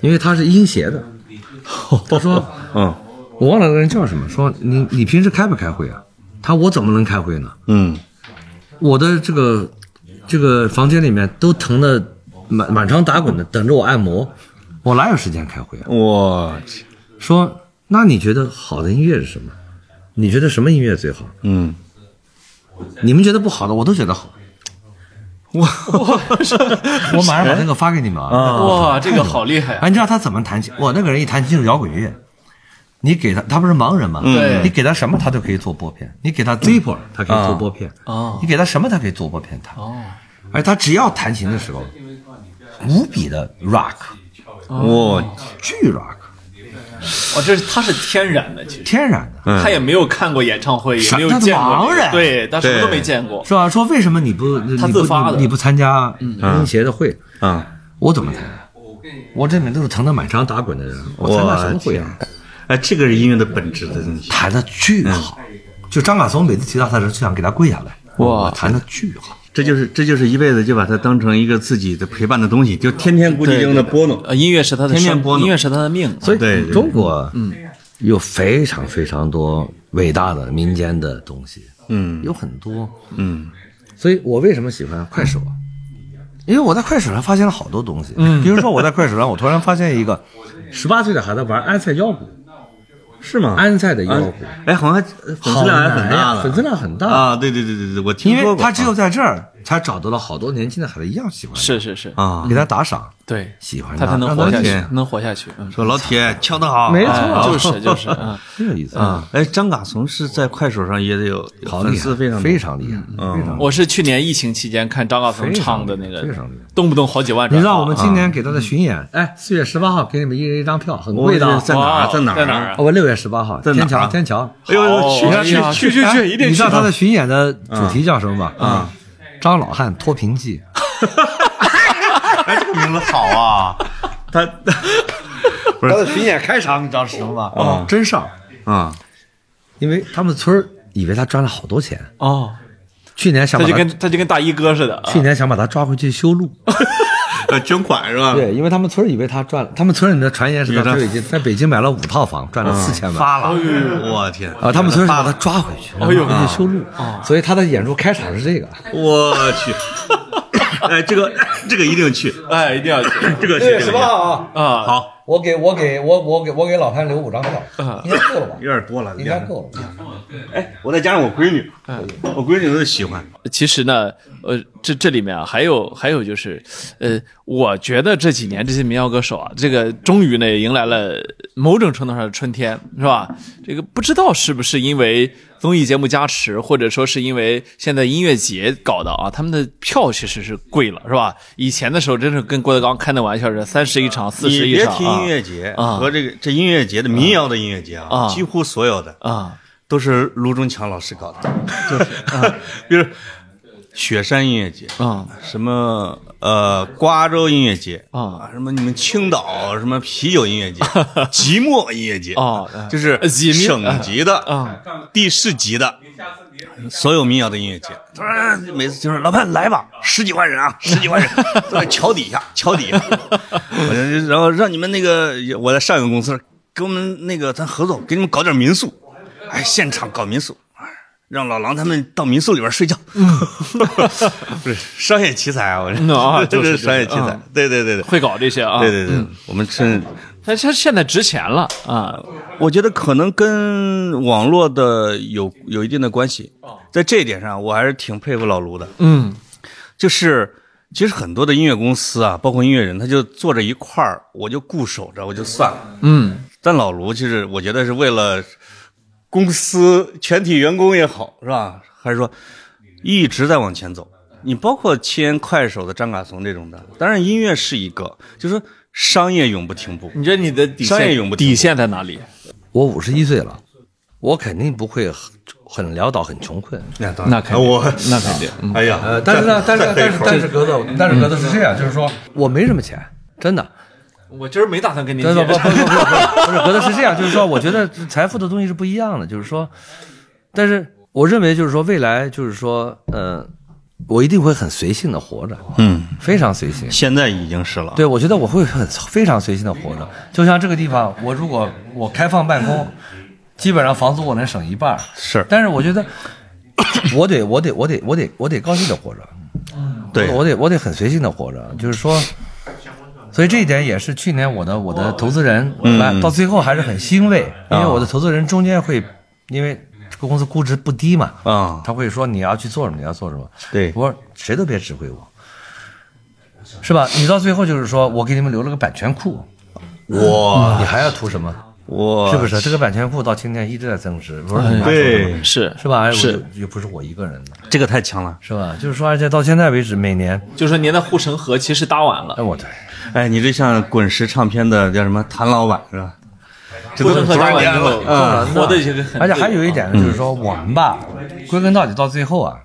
因为他是阴邪的。 他说嗯我忘了那个人叫什么，说你你平时开不开会啊？他我怎么能开会呢？嗯，我的这个这个房间里面都疼得满满床打滚的，等着我按摩，我哪有时间开会啊？我去说那你觉得好的音乐是什么？你觉得什么音乐最好？嗯，你们觉得不好的，我都觉得好。我我马上把那个发给你们哎 啊！哇，这个好厉害啊！哎，你知道他怎么弹琴？哇，那个人一弹琴就是摇滚乐。你给他，他不是盲人嘛？对你给他什么，他都可以做拨片。你给他 Zippo，他可以做拨片。哦你给他什么，他可以做拨片弹。哦，而他只要弹琴的时候，无比的 rock，我巨 rock，哦，这是他是天然的，其实天然的，嗯他也没有看过演唱会，也啥没有他是见过这盲个，人对他什么都没见过。是吧？说为什么你不你他不自发的嗯你你不参加音协的会？啊，我怎么参加？我这边都是疼得满床打滚的人，我参加什么会啊？哎，这个是音乐的本质的东西。弹的巨好，就张嘎松每次提到他的时候，就想给他跪下来。嗯哇我弹的巨好。这就是这就是一辈子就把它当成一个自己的陪伴的东西，就天天咕叽扔扔的的拨弄，呃，音乐是他的天天生播弄音乐是他的命。啊所以对对中国嗯有非常非常多伟大的民间的东西，嗯，有很多，嗯，所以我为什么喜欢快手啊？因为我在快手上发现了好多东西，嗯，比如说我在快手上，我突然发现一个十八岁的孩子玩安塞腰鼓，是吗？安塞的腰鼓，哎，好像粉丝量还很大呢，粉丝量很大啊！对对对对对，我听因说过为他只有在这儿才找到了好多年轻的孩子一样喜欢，是是是，啊，给他打赏，对，喜欢他才能让活他下去解，能活下去。 嗯，说老铁敲得好，没哎错，就是就是，嗯，这个意思啊！哎，张嘎怂是在快手上也得有有好粉厉丝害，非常非多常嗯厉害，非常厉害。我是去年疫情期间看张嘎松唱的那个非常厉害，动不动好几万转发。你知道我们今年给他的巡演，啊哎，四月十八号给你们一人一张票，很贵的哇啊。在哪儿哇在哪儿在哪儿啊哦，不，六月十八号，在哪儿天啊桥，天桥。哎呦，去好去呀去哎去去去！去一定你知道去他的巡演的主题叫什么吗？啊，张老汉脱贫记。哎，这个名字好 啊！他他的巡演开场你知道是什么吗？哦，真上，啊，因为他们村儿以为他赚了好多钱，哦，去年想他把就他跟他就跟大衣哥似的啊，去年想把他抓回去修路。呃，捐款是吧？对，因为他们村儿以为他赚了，他们村里的传言是他在北京在北京买了五套房，赚了四千万。发了，哎我天啊，他们村是把他抓回去，哎呦回去修路，所以他的演出开场是这个，我去，哎，这个这个一定去，哎，一定要去这个去，这个去啊？啊。好，我给我给我我给我给老潘留五张票，应该够了吧有？点多了，应该够了。哎，我再加上我闺女，我闺女都喜欢，其实呢，呃，这这里面啊，还有还有就是，呃，我觉得这几年这些民谣歌手啊，这个终于呢也迎来了某种程度上的春天，是吧？这个不知道是不是因为综艺节目加持，或者说是因为现在音乐节搞的啊，他们的票其实是贵了，是吧？以前的时候真是跟郭德纲开那玩笑似的，三十一场，四你十一别场提音乐节啊和这个这音乐节的民谣的音乐节啊，啊几乎所有的啊啊，都是卢中强老师搞的，就是， 比如雪山音乐节啊，什么呃瓜州音乐节啊，什么你们青岛什么啤酒音 乐节、即墨音乐节哦哎 就是呃即墨省级的啊、地市级的。所有民谣的音乐节，他说哎每次就是老潘来吧，十几万人 啊，十几万人，都在桥底下，桥底下，我就然后让你们那个我在上一个公司给我们那个咱合作，给你们搞点民宿，哎，现场搞民宿，哎让老狼他们到民宿里边睡觉， 不是商业奇才啊，我嗯啊这就这是是商业奇就是才嗯，对对对对，会搞这些啊，对对对，我们趁但是现在值钱了啊，我觉得可能跟网络的有有一定的关系，哦在这一点上，我还是挺佩服老卢的。嗯，就是其实很多的音乐公司啊，包括音乐人，他就坐着一块儿，我就固守着，我就算了。嗯，但老卢其实我觉得是为了公司全体员工也好，是吧？还是说一直在往前走？你包括签快手的张嘎怂这种的，当然音乐是一个，就是说商业永不停步。你觉得你的底商业线永不停底线在哪里？我五十一岁了，我肯定不会很潦倒、很穷困。那当然，那肯呃定我那肯定嗯哎呀，呃，但是呢，但是但是但是格子，但是格子是这样，就是说嗯我没什么钱，真的， 我今儿没打算跟你不解不不 释不不不，不是格子是这样，就是说，我觉得财富的东西是不一样的，就是说，但是我认为就是说，未来就是说，呃，我一定会很随性的活着，嗯，非常随性。现在已经是了。对，我觉得我会很非常随性的活着，就像这个地方，我如果我开放办公，基本上房租我能省一半儿，是但是我觉得我得我得我得我得我得高兴的活着，对我得我得很随性的活着，就是说，所以这一点也是去年我的我的投资人，嗯来到最后还是很欣慰，因为我啊的投资人中间会因为这个公司估值不低嘛，啊他会说你要去做什么，你要做什么，对我说谁都别指挥我，是吧？你到最后就是说我给你们留了个版权库，我你还要图什么？我是不是？这个版权库到今天一直在增值，不是你拿手的吗对是是吧？哎我是，又不是我一个人的，这个太强了？是吧？就是说，而且到现在为止，每年，就说您的护城河其实搭完了哎，，我对，哎，你这像滚石唱片的叫什么谭老板是吧？这护都城河多搭少完年之后了？，活的这个很，而且还有一，点呢，就是说我们吧，归根到底到最后啊，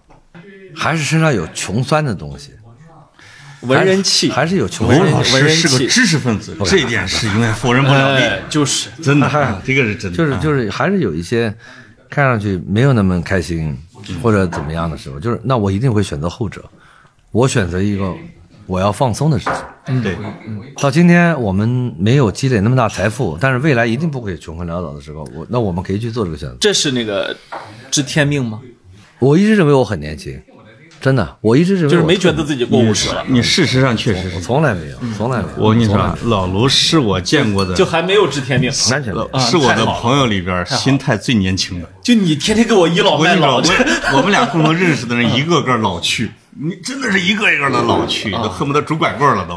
还是身上有穷酸的东西，文人气还是有穷吴酸。老文师人是个气知识分子，这一点是永远否认不了哎的。，就是真的，啊这个是真的，就是就是还是有一些看上去没有那么开心嗯或者怎么样的时候，就是那我一定会选择后者，我选择一个我要放松的事情。嗯对，到今天我们没有积累那么大财富，但是未来一定不会穷困潦倒的时候，我那我们可以去做这个选择。这是那个知天命吗？我一直认为我很年轻，真的，我一直认为就是我没特觉得嗯自己过五十了，你事实上确实我是。从来没有，从来没有。我跟你说从来啊，老卢是我见过的，就还没有知天命。完全没呃有。是我的朋友里边心态最年轻的。就你天天给我倚老我跟卖你说，老，这 我我们俩共同认识的人，一个个老去，你真的是一个一个的老去，都恨不得拄拐棍了都。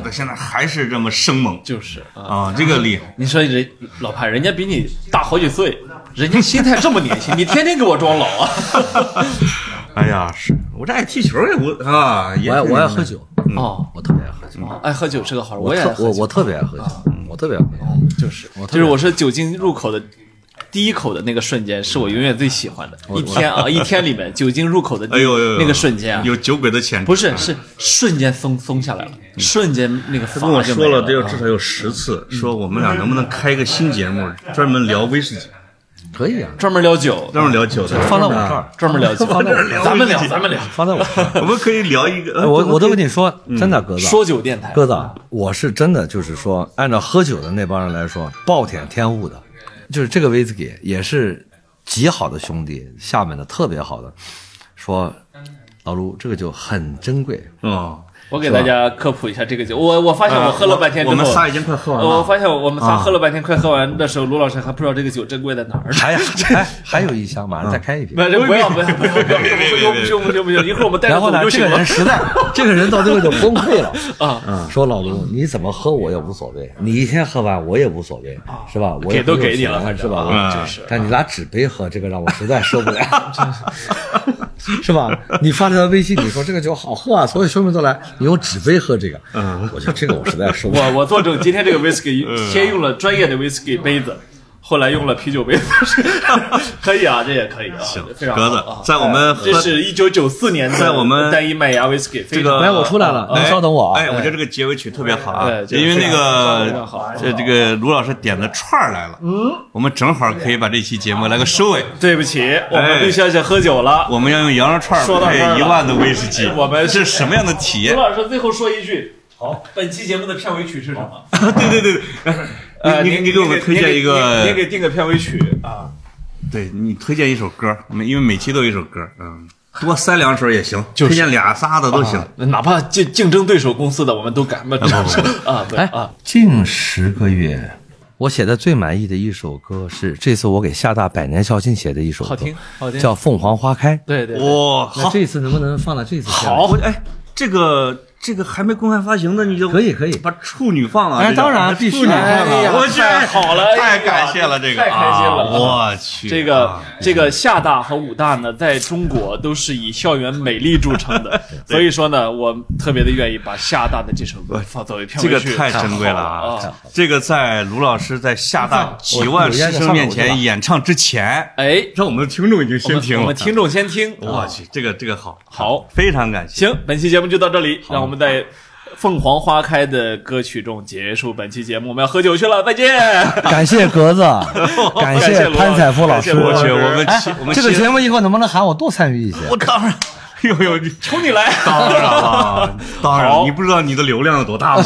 到现在还是这么生猛就是啊。啊，这个厉害。你说人老潘，人家比你大好几岁，人家心态这么年轻，你天天给我装老啊！ 哎呀，是我这爱踢球也我啊，也我爱我爱喝酒，哦，我特别爱喝酒，爱喝酒是个好人，我我也爱特喝我酒嗯我特别爱喝酒，我特别爱喝酒。就是就是我是酒精入口的第一口的那个瞬间，是我永远最喜欢的。一天啊，一天里面酒精入口的第哎一呦呦呦，那个瞬间啊，有酒鬼的潜质。不是是瞬间松松下来了，瞬间那个他跟我阀就没说了，得有了。至少有十次，说我们俩能不能开个新节目，专门聊威士忌，可以啊，专门聊酒，专门聊酒的，放到我这儿，专门聊酒，咱们聊，咱们聊，放到我这儿。 我们可以聊一嗯个。呃哎我我都跟你说，真的，鸽子，说酒电台。鸽子啊，我是真的就是说，按照喝酒的那帮人来说，暴殄天物的，就是这个威士忌也是极好的兄弟，厦门的特别好的，说老卢这个酒很珍贵，嗯，我给大家科普一下这个酒，我我发现我喝哦了半天之我后，们仨已经快喝完我了。发现我们仨喝了半天，快喝完的时候，卢老师还不知道这个酒珍贵在哪儿呢。还还还有一箱，马上再开一瓶不。要不要不要不要不要！不行不行不行！一会儿我们带着然后走呢，就这行个了人。实在，这个人到最后就崩溃了嗯啊！说老卢，你怎么喝我也无所谓，你一天喝完我也无所谓，是吧？我也啊给都不用给你了钱反正啊是吧？嗯我就是，但你拿纸杯喝，这个让我实在受不 了，是吧？你发这条微信，你说这个酒好喝啊，所有兄弟都来，你用纸杯喝这个，嗯我觉得这个我实在受不了。我我作证，今天这个 嗯 whisky 先用了专业的 whisky 杯子，后来用了啤酒杯子， 可以啊，这也可以啊，行非常格好子啊。在我们喝这是一九九四年的在我们单一麦芽 whisky，非这个常来，我出来了，哎您稍等我啊。哎，我觉得这个结尾曲特别好啊，对因为那非常个好这这个卢老师点的串儿来了，嗯，我们正好可以把这期节目来个收尾。对不起，哎我们绿小姐喝酒 了。我们要用羊肉串说儿到配这儿了一万的威士忌，我们是什么样的体 验卢？老师最后说一句，好，本期节目的片尾曲是什么？对对对对， 呃，你您你给我们推荐一个，您给定个片尾曲啊。对你推荐一首歌，我们因为每期都有一首歌，嗯，多塞两首也行，就是啊推荐俩仨的都行。哪怕竞竞争对手公司的，我们都敢嘛？啊，对哎啊，，近十个月，我写的最满意的一首歌是这次我给厦大百年校庆写的一首歌，好听好听叫《凤凰花开》。对对，哇，那好，这次能不能放到这次？好，哎，这个这个还没公开发行呢，你就可以可以把处女放了。哎这个当然必须处女放哎呀了，我去，太好了哎太呀感谢了这个，太开心了啊我去，这个啊这个厦大和武大呢，在中国都是以校园美丽著称 的，所以说呢，我特别的愿意把厦大的这首歌放作为片这尾个曲。太珍贵了好了啊啊！这个在卢老师在厦大几万师生面前演唱之前，哎，让我们的听众已经我先们听啊我了们。听众先听。啊我去，这个这个好，好非常感谢。行，本期节目就到这里，让我们在凤凰花开的歌曲中结束本期节目。我们要喝酒去了，再见。感谢格 子，感感谢谢罗潘采夫老师。感谢我罗去，我们哎期我们这个期节目以后能不能喊我多参与一些？我当然， 哎呦呦，你求你来。当然了，当好然，你不知道你的流量有多大吗？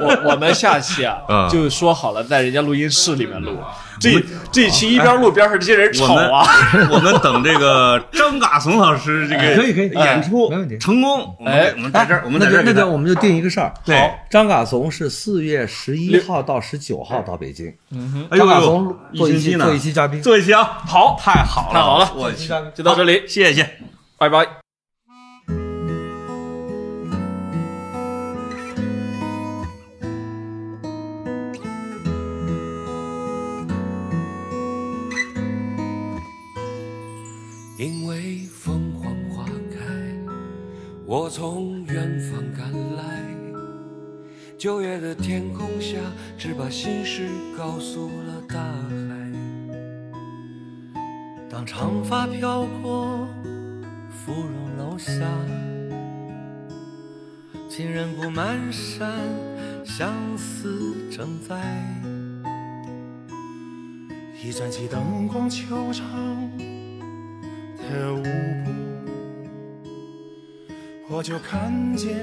我我们下期啊，嗯就说好了，在人家录音室里面录。这这一期一边录边是这些人我吵们啊。我们等这个张嘎怂老师这个哎可以可以哎演出没问题成功，我哎们我们在这儿，我们在那这个儿那给个，他我们就定一个事儿。对。张嘎怂是四月十一号到十九号到北京，哎呦张嘎呦怂一做一星期期呢，做一期嘉宾。做一期啊，好，太好了，太好了我去，就到这里，谢谢。拜拜。因为凤凰花开，我从远方赶来。九月的天空下，只把心事告诉了大海。当长发飘过芙蓉楼下，情人不蹒跚，相思正在。一盏起灯光球场的舞步，我就看见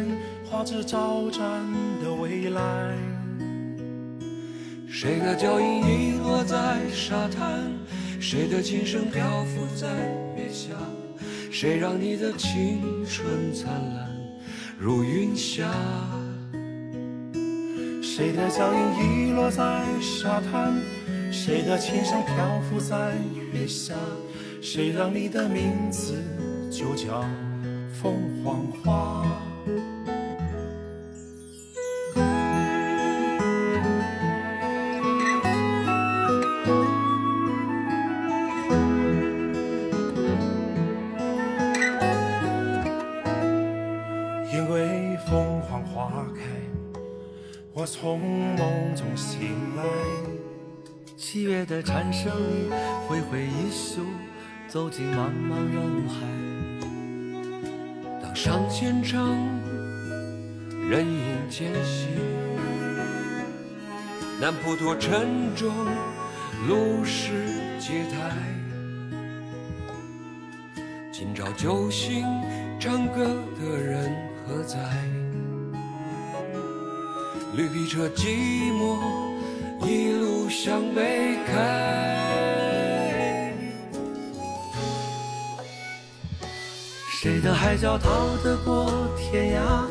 花枝招展的未来。谁的脚印遗落在沙滩？谁的琴声漂浮在月下？谁让你的青春灿烂如云霞？谁的脚印遗落在沙滩？谁的琴声漂浮在月下？谁让你的名字就叫凤凰花？因为凤凰花开。我从梦中醒来，七月的蝉声里，挥挥衣袖，走进茫茫人海。当上千丈，人影渐稀，南普陀城中，路是街台。今朝酒醒，唱歌的人何在？绿皮车寂寞，一路向北开。谁的海角逃得过天涯？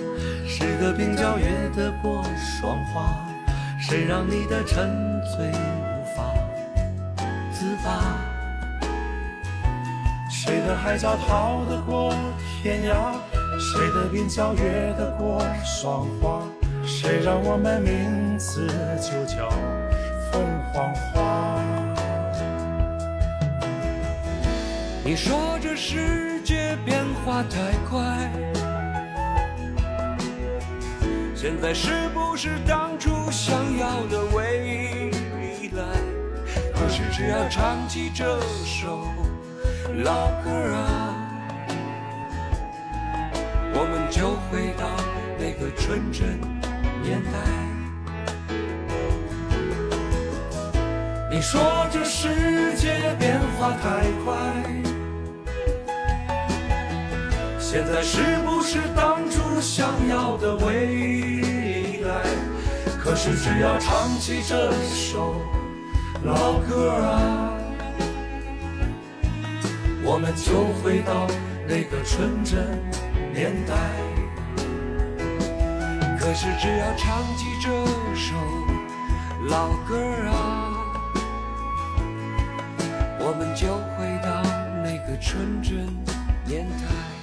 谁的鬓角越得过霜花？谁让你的沉醉无法自拔？谁的海角逃得过天涯？谁的鬓角越得过霜花？谁让我们名字就叫凤凰花？你说这世界变化太快，现在是不是当初想要的未来？可是只要唱起这首老歌啊，我们就回到那个纯真年代。你说这世界变化太快，现在是不是当初想要的未来？可是只要唱起这首老歌啊，我们就回到那个纯真年代。可是只要唱起这首老歌啊，我们就回到那个纯真年代。